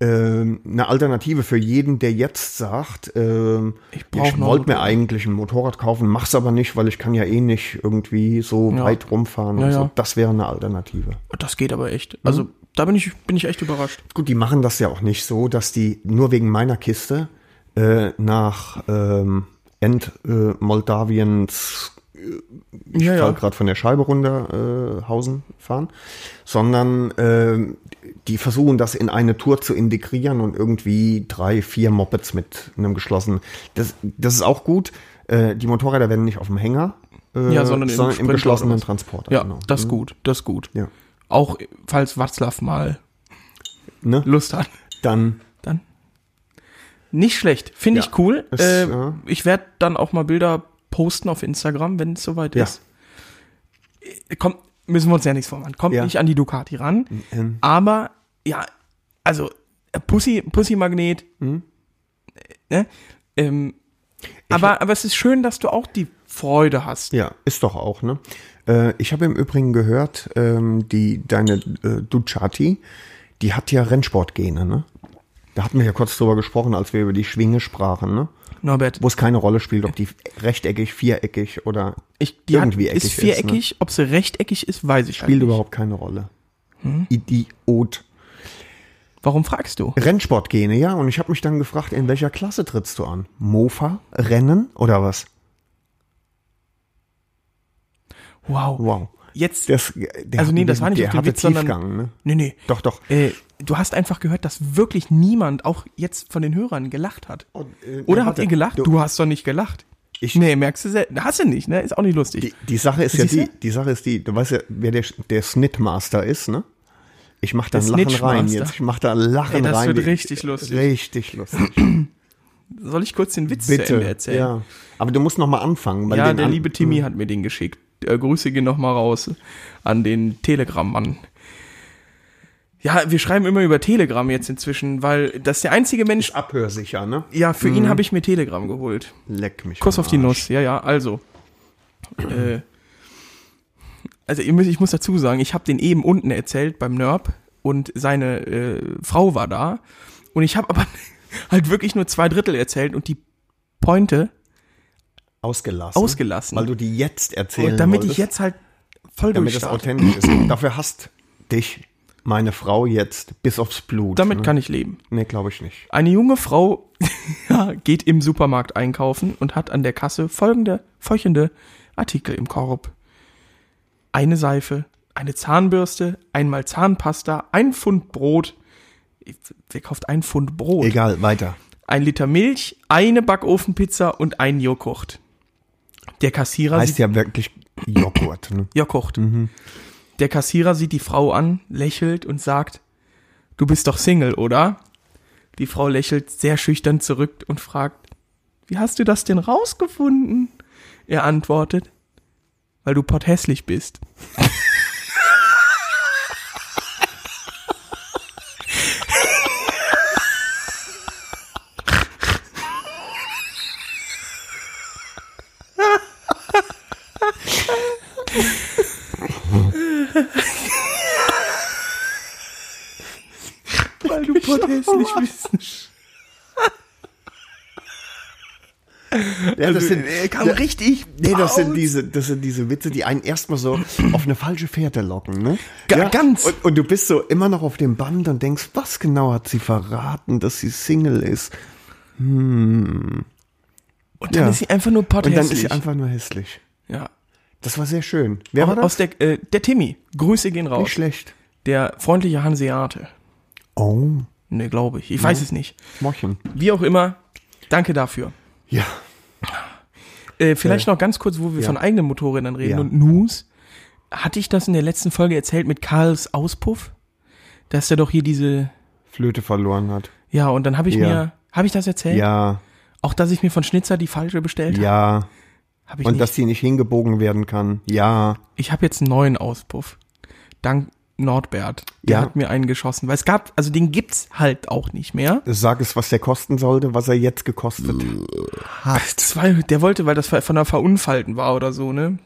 ähm, eine Alternative für jeden, der jetzt sagt, ähm, ich,
brauch noch ein
wollte mir eigentlich ein Motorrad kaufen, mach's aber nicht, weil ich kann ja eh nicht irgendwie so weit rumfahren.
Ja,
und so.
ja.
Das wäre eine Alternative.
Das geht aber echt. Also
Mhm.
da bin ich, bin ich echt überrascht.
Gut, die machen das ja auch nicht so, dass die nur wegen meiner Kiste äh, nach ähm, End äh, Moldawiens, ich
Ja,
fall
ja.
gerade von der Scheibe runter, äh, Hausen fahren, sondern ähm, die versuchen das in eine Tour zu integrieren und irgendwie drei, vier Mopeds mit einem geschlossenen. Das, das ist auch gut. Äh, die Motorräder werden nicht auf dem Hänger, äh,
Ja, sondern im
im,
Sprinter oder
geschlossenen
was.
Transporter.
Ja,
genau.
das ist gut, das ist gut.
ja.
Auch falls Watzlaw mal
Ne?
Lust hat,
Dann
dann. Nicht schlecht, finde
Ja.
ich cool.
Es,
äh,
ja.
Ich werde dann auch mal Bilder posten auf Instagram, wenn es soweit
Ja.
ist. Äh, Kommt, müssen wir uns ja nichts vormachen. Kommt
Ja.
nicht an die Ducati ran.
ähm.
Aber ja, also äh, Pussy, äh, Pussy
Mhm.
Magnet. Ne? Ähm, aber, aber es ist schön, dass du auch die Freude hast.
Ja, ist doch auch, ne? Äh, ich habe im Übrigen gehört, ähm, die, deine äh, Ducati, die hat ja Rennsportgene, ne? Da hatten wir ja kurz drüber gesprochen, als wir über die Schwinge sprachen, ne?
Norbert,
Wo es keine Rolle spielt, ob die rechteckig, viereckig oder
ich, die hat,
irgendwie eckig
ist
ist, ne?
viereckig, ob sie rechteckig ist, weiß ich
spielt
halt nicht.
überhaupt keine Rolle.
Hm?
Idiot.
Warum fragst du?
Rennsportgene, ja. Und ich habe mich dann gefragt, in welcher Klasse trittst du an? Mofa, Rennen oder was?
Wow.
Wow.
Jetzt,
Das, der
also nee, das war nicht
der
auf den
hatte
Witz, sondern,
Tiefgang, ne?
nee, nee,
Doch, doch.
Äh, du hast einfach gehört, dass wirklich niemand, auch jetzt von den Hörern, gelacht hat.
Und, äh,
Oder
nee,
habt
warte.
ihr gelacht? Du,
Du-
hast doch nicht gelacht.
Ich-
nee, merkst du selten. Hast du nicht, ne? Ist auch nicht lustig.
Die, die Sache ist ja
Siehst du?
die, die Sache ist die, du weißt ja, wer der, der Snitmaster ist, ne? Ich mach da
Der
ein Lachen rein
Snitchmaster.
jetzt. Ich mach da ein Lachen
Ey, das
rein.
wird
Die-
richtig lustig.
Richtig lustig.
Soll ich kurz den Witz zu Ende
Bitte.
erzählen?
Ja. Aber du musst noch mal anfangen. weil
Ja,
den
der
an- Mhm.
liebe Timmy hat mir den geschickt. Äh, Grüße gehen nochmal raus an den Telegram-Mann. Ja, wir schreiben immer über Telegram jetzt inzwischen, weil das ist der einzige Mensch.
Abhörsicher, ne?
Ja, für ihn habe ich mir Telegram geholt.
Leck mich.
Kuss
am
auf die
Arsch.
Nuss, ja, ja, also. Äh, also ihr müsst, ich muss dazu sagen, ich habe den eben unten erzählt beim NERP und seine äh, Frau war da und ich habe aber halt wirklich nur zwei Drittel erzählt und die Pointe
Ausgelassen.
ausgelassen.
Weil du die jetzt erzählen
und damit ich
wolltest,
jetzt halt voll
damit das
durchstarte.
authentisch ist. Dafür hasst dich meine Frau jetzt bis aufs Blut.
Damit
ne?
kann ich leben.
Nee, glaube ich nicht.
Eine junge Frau ja, geht im Supermarkt einkaufen und hat an der Kasse folgende, feuchende Artikel im Korb. Eine Seife, eine Zahnbürste, einmal Zahnpasta, ein Pfund Brot. Wer kauft ein Pfund Brot?
Egal, weiter.
Ein Liter Milch, eine Backofenpizza und ein Joghurt. Der Kassierer
Heißt ja wirklich Joghurt, ne?
Joghurt. Der Kassierer sieht die Frau an, lächelt und sagt, du bist doch Single, oder? Die Frau lächelt sehr schüchtern zurück und fragt, wie hast du das denn rausgefunden? Er antwortet, weil du potthässlich bist. Weil du potthässlich bist.
Ja, das
Also,
sind, äh,
er kam
richtig. Nee, das sind
aus.
diese, das sind diese Witze, die einen erstmal so auf eine falsche Fährte locken, ne?
Ga- ganz.
Und, und du bist so immer noch auf dem Band und denkst, was genau hat sie verraten, dass sie Single ist?
Und dann
Ja.
ist sie einfach nur
Und dann ist
potthässlich.
sie einfach nur hässlich.
ja.
Das war sehr schön. Wer war
Aus
das?
der, äh, der Timmy. Grüße gehen
Nicht
raus.
schlecht.
Der freundliche Hanseate.
Oh,
Ne, glaube ich. Ich weiß
Mhm.
es nicht.
Mochen.
Wie auch immer, danke dafür.
Ja.
Äh, vielleicht noch ganz kurz, wo wir
ja.
von eigenen Motorrädern reden
Ja.
und News. Hatte ich das in der letzten Folge erzählt mit Karls Auspuff? Dass er doch hier diese.
Flöte verloren hat.
Ja, und dann habe ich
Ja.
mir. Habe ich das erzählt?
Ja,
Auch dass ich mir von Schnitzer die falsche bestellt habe?
ja.
Hab ich
Und
nicht.
dass sie nicht hingebogen werden kann. Ja.
Ich habe jetzt einen neuen Auspuff. Dank Nordbert. Der
Ja.
hat mir einen geschossen. Weil es gab, also den gibt's halt auch nicht mehr.
Sag es, was der kosten sollte, was er jetzt gekostet hat.
Zwei, der wollte, weil das von der Verunfallten war oder so, ne?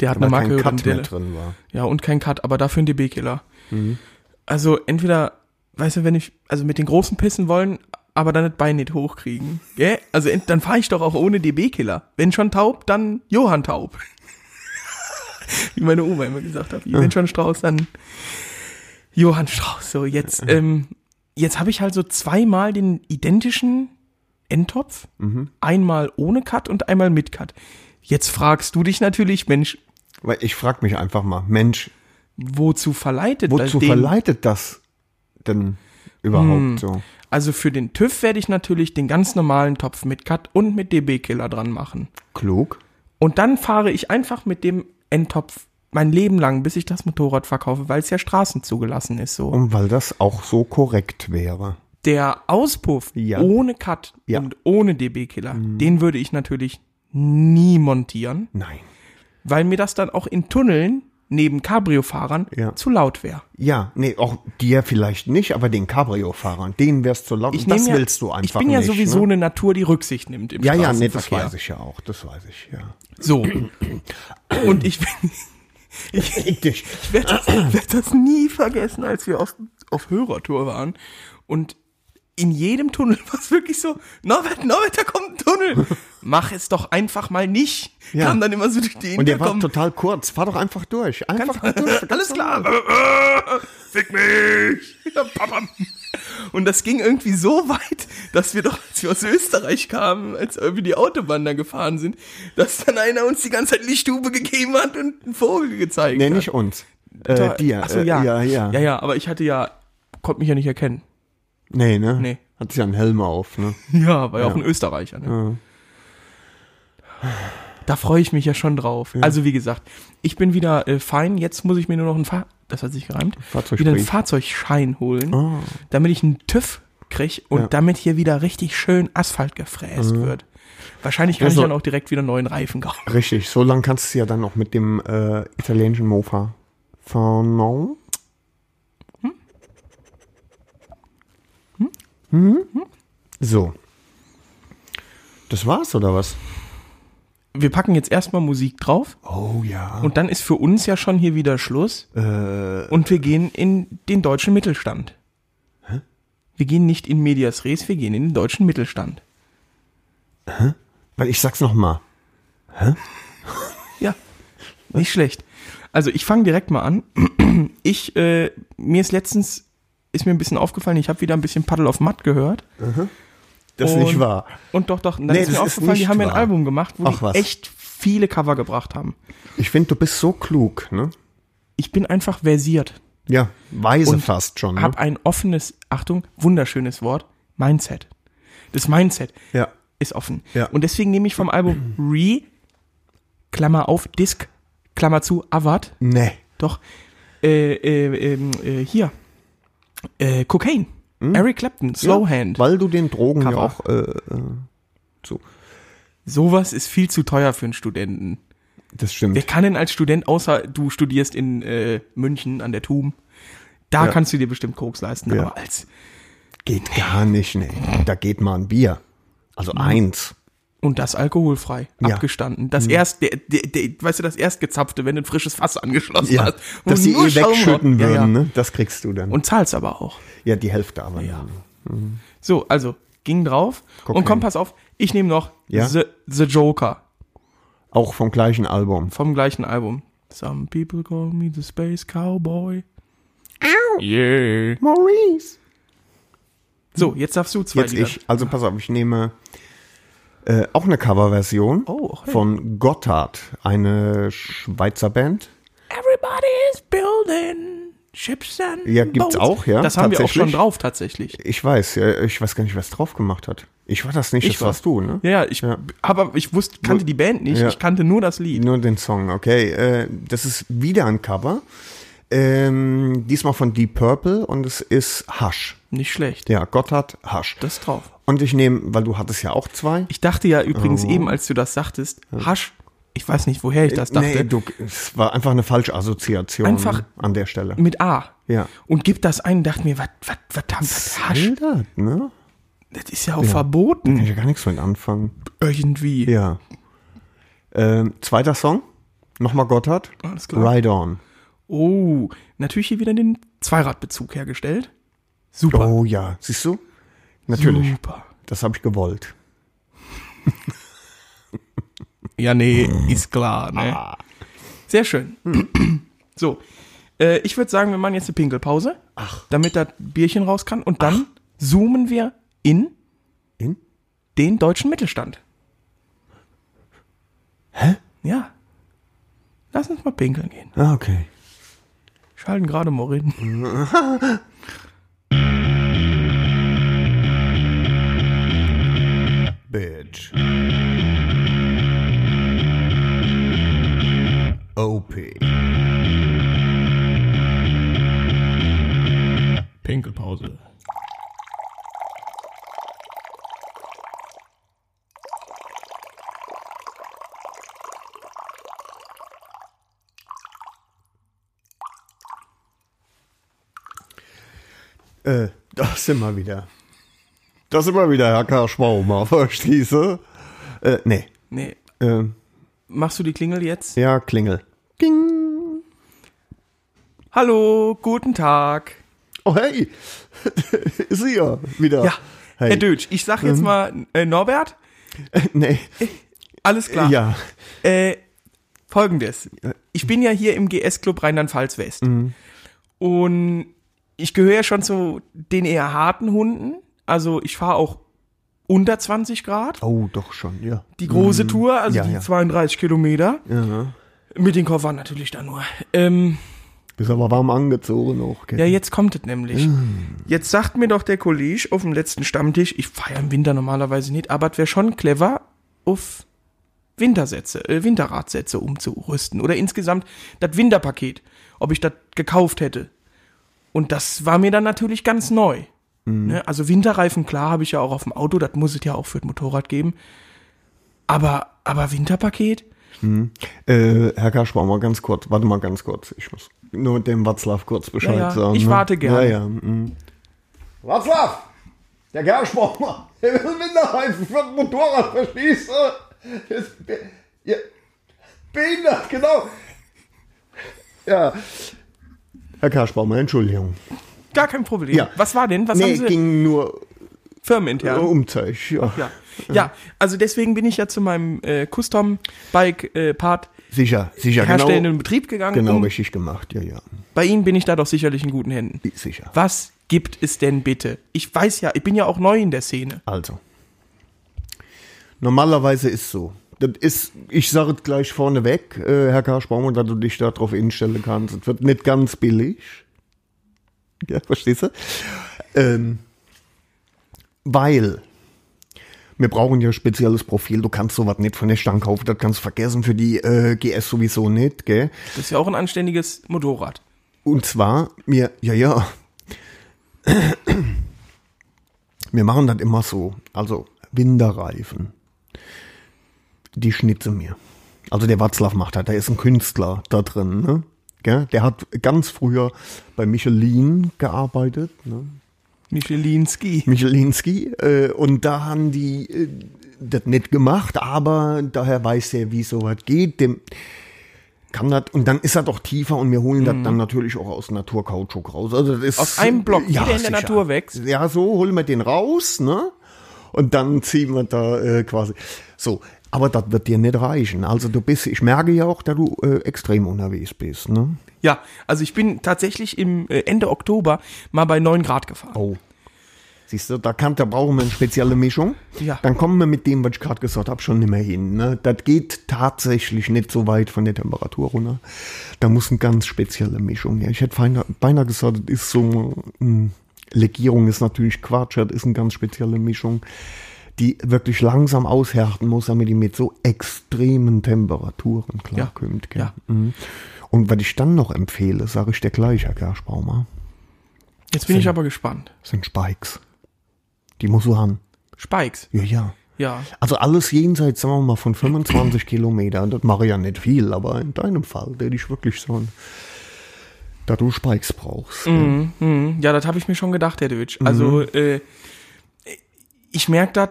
Der hat eine
Weil
Marke
kein
oder
Cut
eine
mehr
Delle.
drin war.
Ja, und kein Cut, aber dafür ein DB-Killer. Also entweder, weißt du, wenn ich, also mit den Großen pissen wollen, aber dann das Bein nicht hochkriegen. Gell? Also ent, dann fahre ich doch auch ohne DB-Killer. Wenn schon taub, dann Johann taub. Wie meine Oma immer gesagt hat. Wenn schon Strauß, dann Johann Strauß. So, jetzt, ähm, jetzt habe ich halt so zweimal den identischen Endtopf. Einmal ohne Cut und einmal mit Cut. Jetzt fragst du dich natürlich, Mensch,
Weil ich frag mich einfach mal, Mensch,
wozu verleitet das
wozu
den?
verleitet das denn überhaupt so?
Also für den TÜV werde ich natürlich den ganz normalen Topf mit Cut und mit DB-Killer dran machen.
Klug?
Und dann fahre ich einfach mit dem Endtopf mein Leben lang, bis ich das Motorrad verkaufe, weil es ja Straßen zugelassen ist so.
Und Um, weil das auch so korrekt wäre.
Der Auspuff
Ja.
ohne Cut
Ja. Mhm.
und ohne DB-Killer, den würde ich natürlich nie montieren,
Nein.
weil mir das dann auch in Tunneln neben Cabrio-Fahrern
Ja.
zu laut wäre.
Ja, nee, auch dir vielleicht nicht, aber den Cabrio-Fahrern, denen wär's zu laut.
Ich
Und das
nehm ja-
willst du einfach
Ich bin ja
nicht,
sowieso
ne?
eine Natur, die Rücksicht nimmt im
Ja, ja, nee, das
Straßenverkehr.
weiß ich ja auch, das weiß ich, ja.
So. Und ich bin,
Richtig.
Ich werde das, ich werd das nie vergessen, als wir auf, auf Hörertour waren. Und in jedem Tunnel war es wirklich so, Norbert, Norbert, da kommt ein Tunnel. Mach es doch einfach mal nicht.
Ja.
Kam dann immer so durch die
Und der war
Hinterkopf.
total kurz, fahr doch einfach durch, einfach durch.
Alles klar. Äh, äh, Fick mich. Ja, papam. Und das ging irgendwie so weit, dass wir doch, als wir aus Österreich kamen, als irgendwie die Autobahn da gefahren sind, dass dann einer uns die ganze Zeit Lichthupe gegeben hat und einen Vogel gezeigt
Nee,
hat.
nicht uns. Äh, dir.
Achso,
äh,
ja.
ja, ja.
Ja, aber ich hatte ja, konnte mich ja nicht erkennen.
Nee, ne?
Nee.
Hat sich ja einen Helm auf, ne?
Ja, war ja, auch ein Österreicher. Ne? Da freue ich mich ja schon drauf. Also wie gesagt, ich bin wieder äh, fein. Jetzt muss ich mir nur noch ein Fahr das hat sich gereimt,
Fahrzeugbrief.
wieder einen Fahrzeugschein holen, damit ich einen TÜV krieg und
Ja.
damit hier wieder richtig schön Asphalt gefräst wird. Wahrscheinlich kann
Also-
ich dann auch direkt wieder neuen Reifen kaufen.
Richtig, so lang kannst du ja dann auch mit dem äh, italienischen Mofa fahren. no? Hm? So. Das war's, oder was?
Wir packen jetzt erstmal Musik drauf
Oh ja.
und dann ist für uns ja schon hier wieder Schluss.
äh,
Und wir gehen in den deutschen Mittelstand. Wir gehen nicht in Medias Res, wir gehen in den deutschen Mittelstand.
Weil ich sag's nochmal.
Ja, nicht schlecht. Also ich fange direkt mal an. Ich, äh, mir ist letztens, ist mir ein bisschen aufgefallen, ich habe wieder ein bisschen Paddle auf Matt gehört.
Das ist
Und-
nicht wahr.
Und doch, doch, und dann
Nee,
ist mir
das ist
aufgefallen, die
nicht
haben mir ein
wahr.
Album gemacht, wo
Ach
die
was.
echt viele Cover gebracht haben.
Ich finde, du bist so klug, ne?
Ich bin einfach versiert,
Ja, weise
Und
fast schon. Ne?
habe ein offenes, Achtung, wunderschönes Wort, Mindset. Das Mindset.
ja.
ist offen.
Ja.
Und deswegen nehme ich vom Album Re, Klammer auf, Disc, Klammer zu, Avat,
Nee.
doch, äh, äh, ähm, äh, hier, äh, Cocaine,
Hm?
Eric Clapton, Slow Hand.
Weil du den Drogen ja
Cover.
auch äh, äh, so.
Sowas ist viel zu teuer für einen Studenten.
Das stimmt.
Wer kann denn als Student, außer du studierst in äh, München an der TUM, da
Ja.
kannst du dir bestimmt Koks leisten,
Ja.
aber als
Geht gar nicht, ne? Da geht mal ein Bier.
Mhm.
Also eins.
und das alkoholfrei,
Ja. Hm.
abgestanden. Das erst, der, der, der, weißt du, das erstgezapfte, wenn du ein frisches Fass angeschlossen hast. wo
Dass sie
nur
eh
Schaum
wegschütten
war.
würden,
Ja, ja.
ne? Das kriegst du dann.
Und zahlst aber auch.
ja, die Hälfte aber. Ja.
So, also ging drauf.
Guck
und komm,
hin.
pass auf, ich nehme noch
Ja?
The, The Joker
Auch vom gleichen Album.
vom gleichen Album. Some people call me the Space Cowboy. Yeah.
Maurice.
So, jetzt darfst du zwei
Jetzt
Lieder.
ich. Also pass auf, ich nehme äh, auch eine Coverversion
Oh, okay.
von Gotthard, eine Schweizer Band.
Everybody is building ships and
Ja, gibt's
boats.
auch, ja,
Das haben wir auch schon
tatsächlich.
drauf, tatsächlich.
Ich weiß, ja, ich weiß gar nicht, was drauf gemacht hat. Ich war das nicht, das
war-
warst du, ne?
Ja, ja, ich,
Ja.
aber ich wusste, kannte die Band nicht,
Ja.
ich kannte nur das Lied.
Nur den Song, okay. Äh, das ist wieder ein Cover. Ähm, diesmal von Deep Purple und es ist Hush.
Nicht schlecht.
Ja, Gotthard, Hush.
Das ist drauf.
Und ich nehme, weil du hattest ja auch zwei.
Ich dachte ja übrigens
Oh.
eben, als du das sagtest, hasch, ich weiß nicht, woher ich das dachte,
nee, du, es war einfach eine falsche Assoziation
Einfach-
an der Stelle.
mit A.
Ja.
Und gib das ein, dachte mir, was, was, was, was, hasch,
Alter, ne?
Das ist ja auch verboten.
Kann ich ja gar nichts mit anfangen.
Irgendwie.
Ja. Ähm, zweiter Song. Nochmal Gotthard.
Alles klar.
Ride On.
Oh, natürlich hier wieder den Zweiradbezug hergestellt. Super.
Oh ja, siehst du? Natürlich.
Super.
Das habe ich gewollt.
Ja, nee, ist klar, ne? Sehr schön. So. Äh, ich würde sagen, wir machen jetzt eine Pinkelpause. Ach. Damit das Bierchen raus kann. Und dann zoomen wir in
In?
den deutschen Mittelstand. Hä? Ja. Lass uns mal pinkeln gehen.
Ah, okay.
Schalten gerade mal reden.
Bitch. Mm. OP.
Pinkelpause.
Äh, da sind wir wieder. Da sind wir wieder, Herr K. Schwaumer, verstehst du? Äh, nee.
Nee.
Äh,
Machst du die Klingel jetzt?
ja, Klingel. Ding.
Hallo, guten Tag.
Oh, hey. Ist sie ja wieder.
Ja,
hey. Ähm.
Herr Dötsch, ich sag jetzt mal, äh, Norbert,
Nee.
alles klar.
Ja.
Äh, Folgendes. Ich bin ja hier im GS-Club Rheinland-Pfalz-West.
Mhm.
Und ich gehöre ja schon zu den eher harten Hunden. Also ich fahre auch unter 20 Grad.
Oh, doch schon, ja.
Die große Tour, also
Mhm. Ja,
die
ja.
32 Kilometer.
ja.
Mit den Koffern natürlich dann nur. Ähm,
Bist aber warm angezogen auch, gell?
ja, jetzt kommt es nämlich. Jetzt sagt mir doch der Kollege auf dem letzten Stammtisch, ich fahre ja im Winter normalerweise nicht, aber es wäre schon clever, auf Wintersätze, äh, Winterradsätze umzurüsten oder insgesamt das Winterpaket, ob ich das gekauft hätte. Und das war mir dann natürlich ganz neu.
Mhm.
Ne? Also Winterreifen, klar, habe ich ja auch auf dem Auto, das muss es ja auch für das Motorrad geben. Aber, aber Winterpaket?
Äh, Herr Kaspar, mal ganz kurz, warte mal ganz kurz. Ich muss nur dem Watzlaw kurz Bescheid
Ja, ja,
sagen.
ich
ne?
warte gerne.
Ja, ja. mm. Watzlaw! Der Gerschbaumer, der will Minderreifen für ein Motorrad, verstehst du? Ist be ja, behindert, genau. Ja. Herr Kerschbaumer, Entschuldigung.
Gar kein Problem.
Ja.
Was war denn? Was
nee,
haben Sie?
ging nur
Firmenintern.
um Zeug. Ja.
Ja. ja, also deswegen bin ich ja zu meinem äh, Custom-Bike-Part
Sicher, sicher,
herstellenden
genau.
Betrieb gegangen.
Genau,
und
richtig gemacht, ja, ja.
bei Ihnen bin ich da doch sicherlich in guten Händen.
Sicher.
Was gibt es denn bitte? Ich weiß ja, ich bin ja auch neu in der Szene.
Also. Normalerweise ist so. Das ist, ich sage es gleich vorneweg, äh, Herr Karschbaumer, dass du dich darauf einstellen kannst. Es wird nicht ganz billig. Ja, verstehst du? Ähm, weil wir brauchen ja ein spezielles Profil. Du kannst sowas nicht von der Stange kaufen. Das kannst du vergessen für die äh, GS sowieso nicht, gell?
Das ist ja auch ein anständiges Motorrad.
Und zwar, wir, ja, ja. Wir machen das immer so. Also, Winterreifen. Die schnitze mir. Also, der Watzlaw macht das. Der ist ein Künstler da drin, ne? Gell? Der hat ganz früher bei Michelin gearbeitet, ne?
Michelinski.
Michelinski. Äh, und da haben die äh, das nicht gemacht, aber daher weiß er, wie sowas geht. Dem kann das, und dann ist er doch tiefer und wir holen das dann natürlich auch aus Naturkautschuk raus. Also das ist,
Mhm. Aus einem Block, wie der in der
sicher.
Natur wächst.
Ja, so holen wir den raus, ne? Und dann ziehen wir da äh, quasi. So, aber das wird dir nicht reichen. Also du bist, ich merke ja auch, dass du äh, extrem unterwegs bist, ne?
Ja, also ich bin tatsächlich im äh, Ende Oktober mal bei 9 Grad gefahren.
Oh. Siehst du, da, kann, da brauchen wir eine spezielle Mischung.
Ja.
Dann kommen wir mit dem, was ich gerade gesagt habe, schon nicht mehr hin. Ne? Das geht tatsächlich nicht so weit von der Temperatur runter. Da muss eine ganz spezielle Mischung her. Ich hätte feiner, beinahe gesagt, das ist so eine Legierung, ist natürlich Quatsch, das ist eine ganz spezielle Mischung, die wirklich langsam aushärten muss, damit die mit so extremen Temperaturen klarkommt. gell?
ja.
Mhm. Und was ich dann noch empfehle, sage ich dir gleich, Herr Kerschbaumer,
Jetzt bin ich aber gespannt.
sind Spikes. Die musst du haben.
Spikes.
Ja, ja.
Ja.
Also alles jenseits, sagen wir mal, von 25 Kilometern, das mache ich ja nicht viel, aber in deinem Fall, der dich wirklich so ein, da du Spikes brauchst.
Mhm. Ja, das habe ich mir schon gedacht, Herr Dewitsch. Also, äh, ich merke da,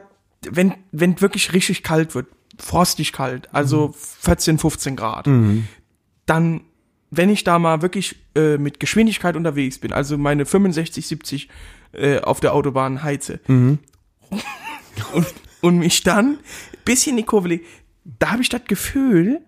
wenn wenn wirklich richtig kalt wird, frostig kalt, also 14, 15 Grad, dann, wenn ich da mal wirklich äh, mit Geschwindigkeit unterwegs bin, also meine 65, 70 äh, auf der Autobahn heize und, und mich dann ein bisschen in die Kurve lege, da habe ich das Gefühl,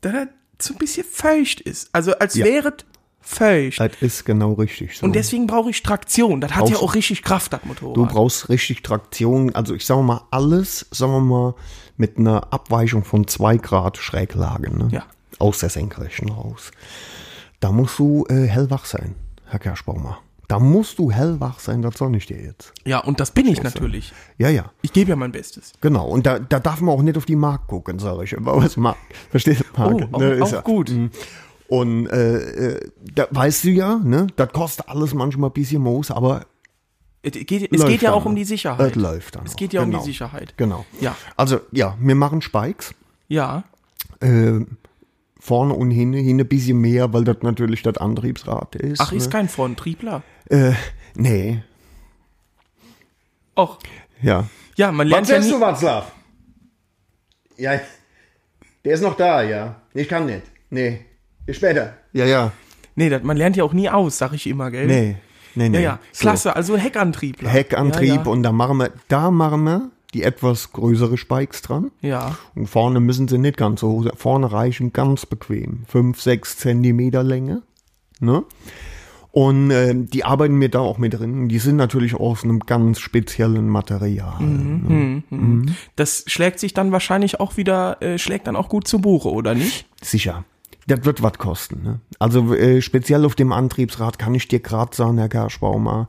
dass das so ein bisschen feucht ist. Also als
Ja.
wäre es feucht.
Das ist genau richtig so.
Und deswegen brauche ich Traktion. Das hat ja
Brauchst-
auch richtig Kraft, das Motorrad.
du brauchst richtig Traktion, also ich sage mal, alles, sagen wir mal, mit einer Abweichung von 2 Grad Schräglage, ne?
Ja.
Aus der Senkrechten raus. Da musst du äh, hellwach sein, Herr Kerschbaumer. Da musst du hellwach sein, das soll ich dir jetzt.
ja, und das bin ich natürlich.
Ja, ja.
Ich gebe ja mein Bestes.
Genau, und da, da darf man auch nicht auf die Mark gucken, sage ich immer. Was Mark, verstehst du? Mark,
Oh, auch- auch gut.
Mm. ne, Und äh, äh, da weißt du ja, ne, das kostet alles manchmal ein bisschen Moos, aber
Es geht, es
läuft
geht ja
dann
auch um
noch.
die Sicherheit.
Das läuft dann.
Es
noch.
geht ja um die
Genau.
Sicherheit.
Genau.
Ja.
Also, ja, wir machen Spikes.
Ja.
Äh, vorne und hinten, hinten ein bisschen mehr, weil das natürlich das Antriebsrad ist.
Ach, ist
ne?
kein Frontriebler.
Äh, Nee.
Och.
Ja.
Ja, man lernt ja nie.
Václav? Ja. Der ist noch da, ja. Ich kann nicht. Nee. Bis später. Ja, ja.
Nee, das, man lernt ja auch nie aus, sag ich immer, gell?
Nee. Nee, nee.
Ja, ja. Klasse, also Heckantrieb.
So. Heckantrieb
Ja,
und da machen wir, da machen wir die etwas größere Spikes dran.
ja. ja.
Und vorne müssen sie nicht ganz so hoch sein. Vorne reichen ganz bequem. 5, 6 Zentimeter Länge. Ne? Und äh, die arbeiten mir da auch mit drin. Die sind natürlich aus einem ganz speziellen Material.
Mhm.
Ne?
Das schlägt sich dann wahrscheinlich auch wieder, äh, schlägt dann auch gut zu Buche, oder nicht?
Sicher. Das wird was kosten. Ne? Also äh, speziell auf dem Antriebsrad kann ich dir gerade sagen, Herr Kerschbaumer,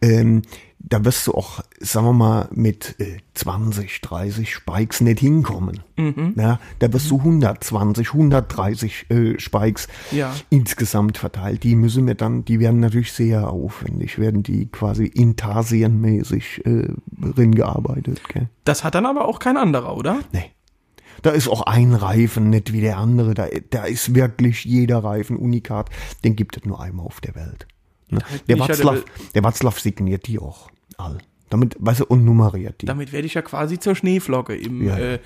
ähm, da wirst du auch, sagen wir mal, mit äh, 20, 30 Spikes nicht hinkommen. Ja, da wirst du 120, 130 äh, Spikes
Ja.
insgesamt verteilt. Die müssen wir dann, die werden natürlich sehr aufwendig, werden die quasi intarsienmäßig äh, drin gearbeitet. Gell?
Das hat dann aber auch kein anderer, oder?
Nee. Da ist auch ein Reifen nicht wie der andere. Da, da ist wirklich jeder Reifen unikat. Den gibt es nur einmal auf der Welt. Ne? Der
mich halt ja der
Watzlaw, der Watzlaw signiert die auch all. Damit, weißt du, und nummeriert die.
Damit werde ich ja quasi zur Schneeflocke im
Ja.
äh,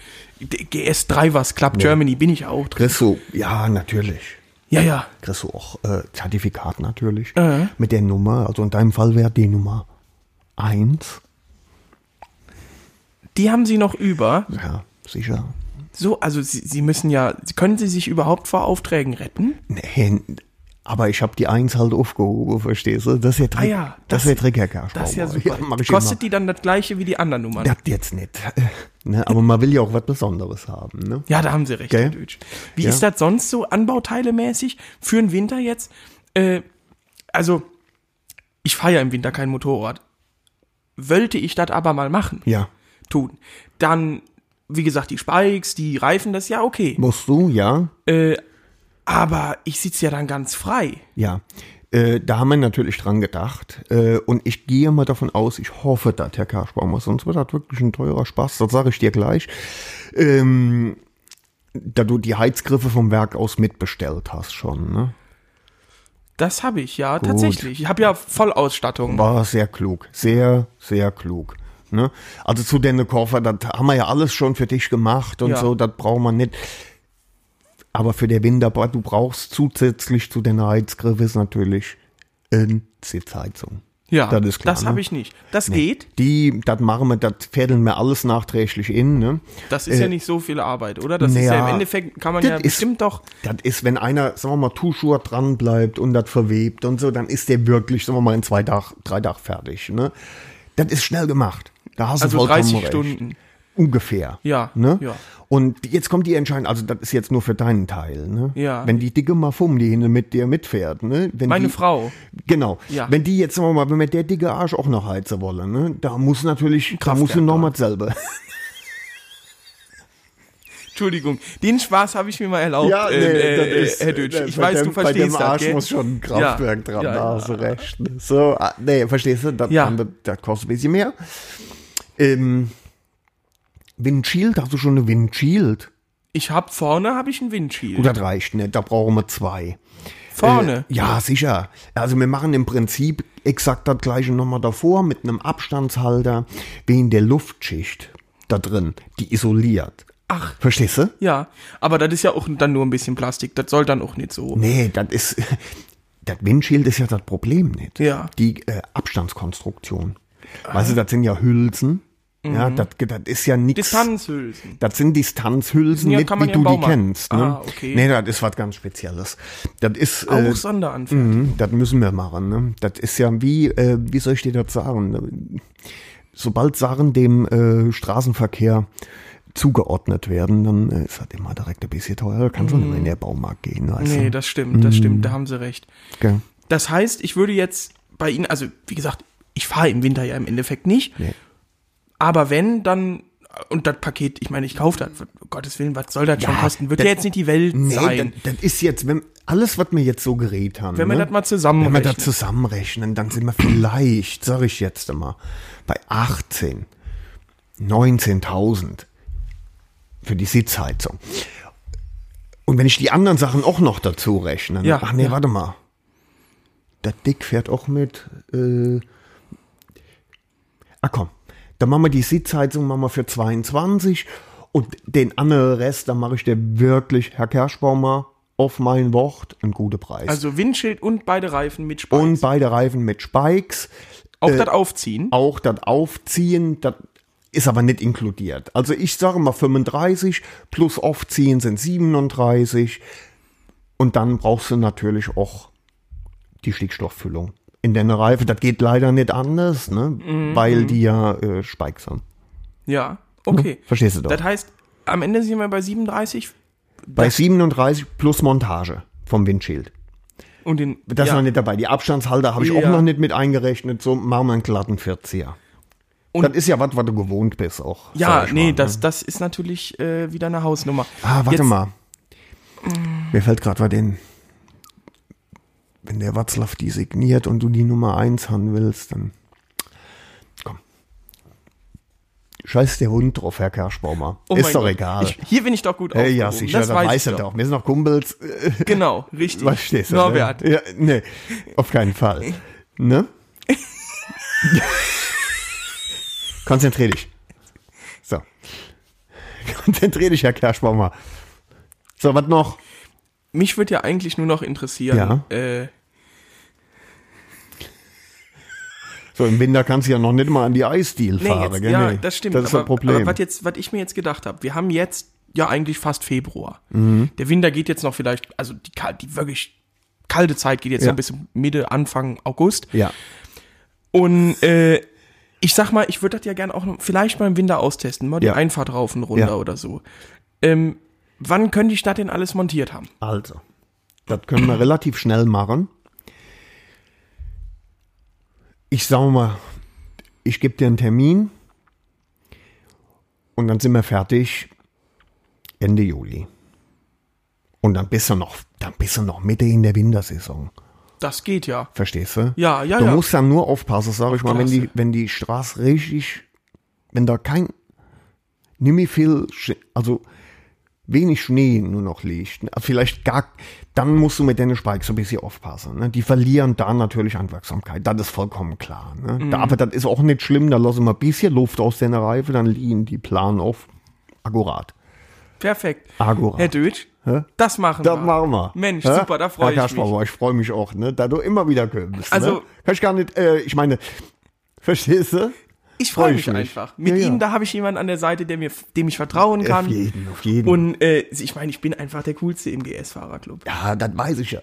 GS3 was Club Germany bin ich auch drin.
Kriegst du, ja, natürlich.
Ja, ja.
Kriegst du auch äh, Zertifikat natürlich.
Äh.
Mit der Nummer, also in deinem Fall wäre die Nummer eins.
Die haben sie noch über.
Ja, sicher.
So, also sie, sie müssen ja, können sie sich überhaupt vor Aufträgen retten?
Nee, aber ich habe die eins halt aufgehoben, verstehst du? Das ist der Trick.
Ah ja,
das, ist der Trick, Herr Kerschbaumer.
Das ist ja super.
mach ich immer.
Kostet die dann das gleiche wie die anderen Nummern?
Das jetzt nicht. Ne? Aber man will ja auch was Besonderes haben. Ne?
Ja, da haben sie recht,
Gell?
Herr Deutsch. Wie
Ja.
ist das sonst so anbauteilemäßig für den Winter jetzt? Äh, also, ich fahre ja im Winter kein Motorrad. Wollte ich das aber mal machen,
Ja.
tun, dann, wie gesagt, die Spikes, die Reifen, das ist ja okay.
Musst du, ja.
Äh, aber ich sitze ja dann ganz frei.
Ja. Äh, da haben wir natürlich dran gedacht. Äh, und ich gehe mal davon aus, ich hoffe das, Herr Karschbaumer, sonst wird das wirklich ein teurer Spaß. Das sage ich dir gleich. Ähm, da du die Heizgriffe vom Werk aus mitbestellt hast schon. Ne?
Das habe ich, ja, tatsächlich. Ich habe ja Vollausstattung.
War sehr klug. Sehr, sehr klug. Ne? Also zu den Koffer, das haben wir ja alles schon für dich gemacht und
Ja.
so, das braucht man nicht. Aber für den Winter, boah, du brauchst zusätzlich zu den Heizgriffes natürlich eine Sitzheizung.
Ja,
das ist klar,
das
ne?
habe ich nicht. Das geht.
Die, das machen wir, das fädeln wir alles nachträglich in. Ne?
Das ist ja nicht so viel Arbeit, oder? Das
na
ist ja
ja,
im Endeffekt, kann man
das
ja
ist-
bestimmt doch
Das ist, wenn einer, sagen wir mal, Tuschuhr dran bleibt und das verwebt und so, dann ist der wirklich, sagen wir mal, in zwei Tag, drei Tag fertig. Ne? Das ist schnell gemacht. Da hast du
also
vollkommen
30
recht.
Stunden.
Ungefähr.
Ja,
Ne?
ja.
Und jetzt kommt die entscheidende, also das ist jetzt nur für deinen Teil, ne?
Ja.
Wenn die dicke Maffum, die hinten mit dir mitfährt, ne? Wenn
Meine
die,
Frau.
Genau.
Ja.
Wenn die jetzt, sagen wir mal, wenn wir der dicke Arsch auch noch heizen wollen, ne? Da muss natürlich, da muss
Kraftwerk
du nochmal selber.
Entschuldigung, den Spaß habe ich mir mal erlaubt, äh, äh, Herr Dötsch. Ich weiß, du
Bei dem
verstehst das,
Arsch
gell?
muss schon ein Kraftwerk
Ja,
dran,
ja,
da
ja.
hast du recht. ne? So, ah, nee, verstehst du, das,
Ja.
kann- das kostet ein bisschen mehr. Ähm, Windshield, hast du schon eine Windshield?
Ich habe vorne habe ich ein Windschild.
Gut, äh, das reicht nicht, da brauchen wir zwei.
vorne.
Äh, ja, sicher. Also wir machen im Prinzip exakt das gleiche nochmal davor mit einem Abstandshalter, wegen der Luftschicht da drin, die isoliert.
Ach,
Verstehst du?
ja. Aber das ist ja auch dann nur ein bisschen Plastik. Das soll dann auch nicht so.
Nee, das ist. Das Windschild ist ja das Problem nicht.
Ja.
Die äh, Abstandskonstruktion. Weißt du, das sind ja Hülsen. Ja,
Mhm.
das, das ist ja nichts.
Distanzhülsen.
Das sind Distanzhülsen,
Ja,
nicht
kann
wie
man ja
du
im
die
Baumarkt.
kennst. Ne?
Ah, okay.
Nee, das ist was ganz Spezielles. Das ist.
Auch
äh,
Sonderanfang.
Mhm, Das müssen wir machen. Ne? Das ist ja wie, äh, wie soll ich dir das sagen? Sobald Sachen dem äh, Straßenverkehr zugeordnet werden, dann äh, ist das immer direkt ein bisschen teuer. Kannst du nicht mehr in den Baumarkt gehen, weißt
Mhm. Nee, das stimmt, das
Mm.
stimmt, da haben sie recht.
du? Gell?
Das heißt, ich würde jetzt bei Ihnen, also wie gesagt, ich fahre im Winter ja im Endeffekt nicht.
Nee.
Aber wenn, dann. Und das Paket, ich meine, ich kaufe das. Um Gottes Willen, was soll das schon kosten? Wird
das-
ja jetzt nicht die Welt sein.
Das, das ist jetzt, wenn, alles, was wir jetzt so geredet haben.
Wenn wir
ne?
das mal zusammenrechnen.
Wenn wir das zusammenrechnen, dann sind wir vielleicht, sag ich jetzt mal, bei 18, 19.000 für die Sitzheizung. Und wenn ich die anderen Sachen auch noch dazu rechne, ne?
Ja,
ach nee,
ja.
warte mal. Der Dick fährt auch mit, äh, Ah komm, dann machen wir die Sitzheizung machen wir für 22 und den anderen Rest, dann mache ich dir wirklich, Herr Kerschbaumer, auf mein Wort, einen guten Preis.
Also Windschild und beide Reifen mit Speis.
und äh, beide Reifen mit Spikes,
auch das Aufziehen.
auch das Aufziehen, das ist aber nicht inkludiert. Also ich sage mal 35 plus Aufziehen sind 37 und dann brauchst du natürlich auch die Stickstofffüllung. In deine Reife, das geht leider nicht anders, ne?
Mhm.
weil die ja äh, Spikes haben.
Ja, okay.
Verstehst du doch.
Das heißt, am Ende sind wir bei 37
Bei 37 plus Montage vom Windschild.
und den.
Das
ja.
ist noch nicht dabei. Die Abstandshalter habe ich
Ja.
auch noch nicht mit eingerechnet. So machen wir einen glatten 40er.
Und-
das ist ja was, was du gewohnt bist auch.
Ja,
sag ich
nee,
mal,
das, das ist natürlich äh, wieder eine Hausnummer.
ne? Ah, warte
Jetzt-
mal. Mir fällt gerade was den. Wenn der Watzlaw die signiert und du die Nummer 1 haben willst, dann. Komm. Scheiß der Hund drauf, Herr Kerschbaumer.
Oh mein
ist doch
Gott.
egal.
Ich, hier bin ich doch gut
Hey, ja,
aufgehoben.
sicher, das,
ich
weiß er doch. Wir sind noch Kumpels. Äh,
Genau, richtig.
Verstehst du?
Norbert.
Ne? Ja, nee, auf keinen Fall. Ne? Konzentrier dich. So. Konzentrier dich, Herr Kerschbaumer. So, was noch?
Mich würde ja eigentlich nur noch interessieren, äh,
So, im Winter kannst du ja noch nicht mal an die Eisdiel
Nee,
fahren.
jetzt,
gell?
ja,
Nee.
das stimmt.
Das ist
aber,
das Problem.
Aber was, jetzt, was ich mir jetzt gedacht habe, wir haben jetzt ja eigentlich fast Februar.
Mhm.
Der Winter geht jetzt noch vielleicht, also die, kal- die wirklich kalte Zeit geht jetzt
Ja.
noch bis Mitte, Anfang August.
ja.
Und äh, ich sag mal, ich würde das ja gerne auch noch- vielleicht mal im Winter austesten, mal die
Ja.
Einfahrt rauf und runter
Ja.
oder so. Ähm, wann könnte ich das denn alles montiert haben?
Also, das können wir relativ schnell machen. Ich sage mal, ich gebe dir einen Termin und dann sind wir fertig Ende Juli. Und dann bist du noch, dann bist du noch Mitte in der Wintersaison.
Das geht ja.
Verstehst du?
Ja, ja,
Du
ja.
musst dann nur aufpassen, sag ich mal, wenn
Klasse.
die, wenn die Straße richtig, wenn da kein, nimm mir viel, Sch- also wenig Schnee nur noch liegt, ne, vielleicht gar, dann musst du mit deinen Spikes so ein bisschen aufpassen. Ne? Die verlieren da natürlich an Wirksamkeit, das ist vollkommen klar. Ne?
Mhm.
Da, aber das ist auch nicht schlimm, da lassen wir ein bisschen Luft aus deiner Reife, dann liegen die Planen auf. Akkurat.
Perfekt.
Agora.
Herr Dötsch, das machen
Da
wir.
machen wir.
Genau. Mensch,
Hä?
super, da freue
Herr
ich mich.
Kaschbauer, ich freue mich auch, ne? da du immer wieder kommst.
Also-
ne? kann ich gar nicht, äh, ich meine, verstehst du?
Ich freue
Freu
mich
ich mich.
einfach. Mit
Ja, ja.
ihm, da habe ich jemanden an der Seite, der mir, dem ich vertrauen kann.
Auf jeden, auf jeden.
Und äh, ich meine, ich bin einfach der coolste im GS-Fahrerclub.
ja, das weiß ich ja.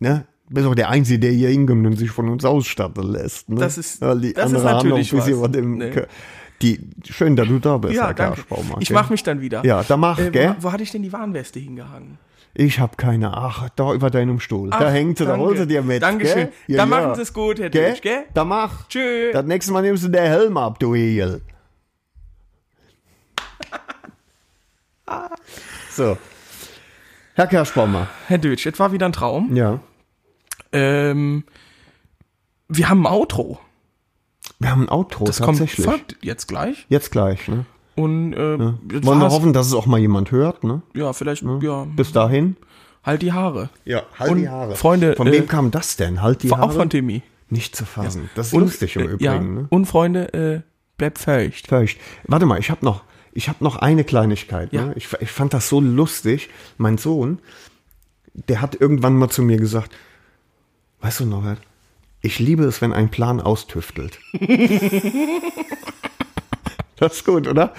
Ne? Du bist auch der Einzige, der hier hinkommt und sich von uns ausstatten lässt. Ne?
Das ist-
ja, die
das ist
andere haben noch
natürlich
ein bisschen
was.
was im
Nee.
Kö- die, schön, dass du da bist,
Ja,
Herr
danke.
Kaschbaumer.
Ich
gell?
mache mich dann wieder.
Ja, da mach,
äh,
gell?
Wo, wo hatte ich denn die Warnweste hingehangen?
Ich habe keine. Ach, da über deinem Stuhl.
Ach,
da hängt sie, da
danke.
holst du dir mit.
Dankeschön.
Gell?
Dann machen Sie es gut, Herr Deutsch, gell?
Da mach.
Tschö.
Das nächste Mal nimmst du den Helm ab, du Egel. so. Herr Kerschbaumer.
Herr Dötsch, das war wieder ein Traum.
Ja.
Ähm, wir haben ein Outro.
Wir haben ein Outro,
Das kommt
tatsächlich.
folgt jetzt gleich.
Jetzt gleich, ne?
Und äh, jetzt
Wollen wir
war's.
hoffen, dass es auch mal jemand hört, ne?
Ja, vielleicht, ja,
Bis dahin.
halt die Haare.
Ja, halt
Und, Freunde,
Von
äh,
wem kam das denn? Halt die Haare.
Auch von Timmy.
Nicht zu fassen. Das ist
Und,
lustig im
äh,
Übrigen,
ja.
ne?
Und Freunde, äh, bleibt feucht.
Feucht. Warte mal, ich habe noch, ich habe noch eine Kleinigkeit.
Ja.
Ne? Ich, ich fand das so lustig. Mein Sohn, der hat irgendwann mal zu mir gesagt, weißt du Norbert, ich liebe es, wenn ein Plan austüftelt. das ist gut, oder?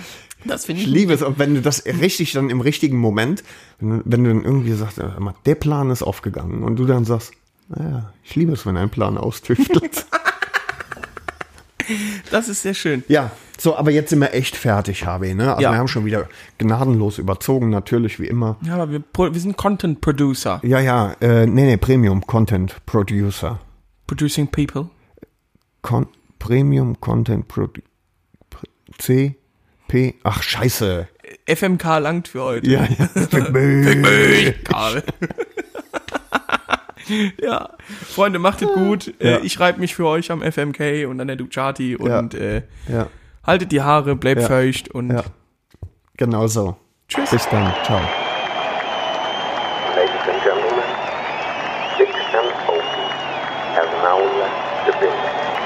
Das finde
Ich liebe es, und wenn du das richtig dann im richtigen Moment, wenn du, wenn du dann irgendwie sagst, äh, Mann, der Plan ist aufgegangen und du dann sagst, naja, ich liebe es, wenn ein Plan austüftelt.
Das ist sehr schön.
Ja, so, aber jetzt sind wir echt fertig, HW, ne? Also
Ja.
wir haben schon wieder gnadenlos überzogen, natürlich, wie immer.
Ja, aber wir, pro- wir sind Content Producer.
Ja, ja, äh, nee, nee, Premium Content Producer.
Producing People.
Con Premium Content Producer. C, P, ach, scheiße.
FMK langt für heute.
Ja, ja.
Karl. ja. Freunde, macht es gut.
Ja.
Äh, ich reibe mich für euch am FMK und an der Ducati und äh,
ja,
haltet die Haare, bleibt feucht und
ja. Genau so. Tschüss. Bis dann. Ciao.
Ladies and gentlemen, Dick and Opie has now left the building.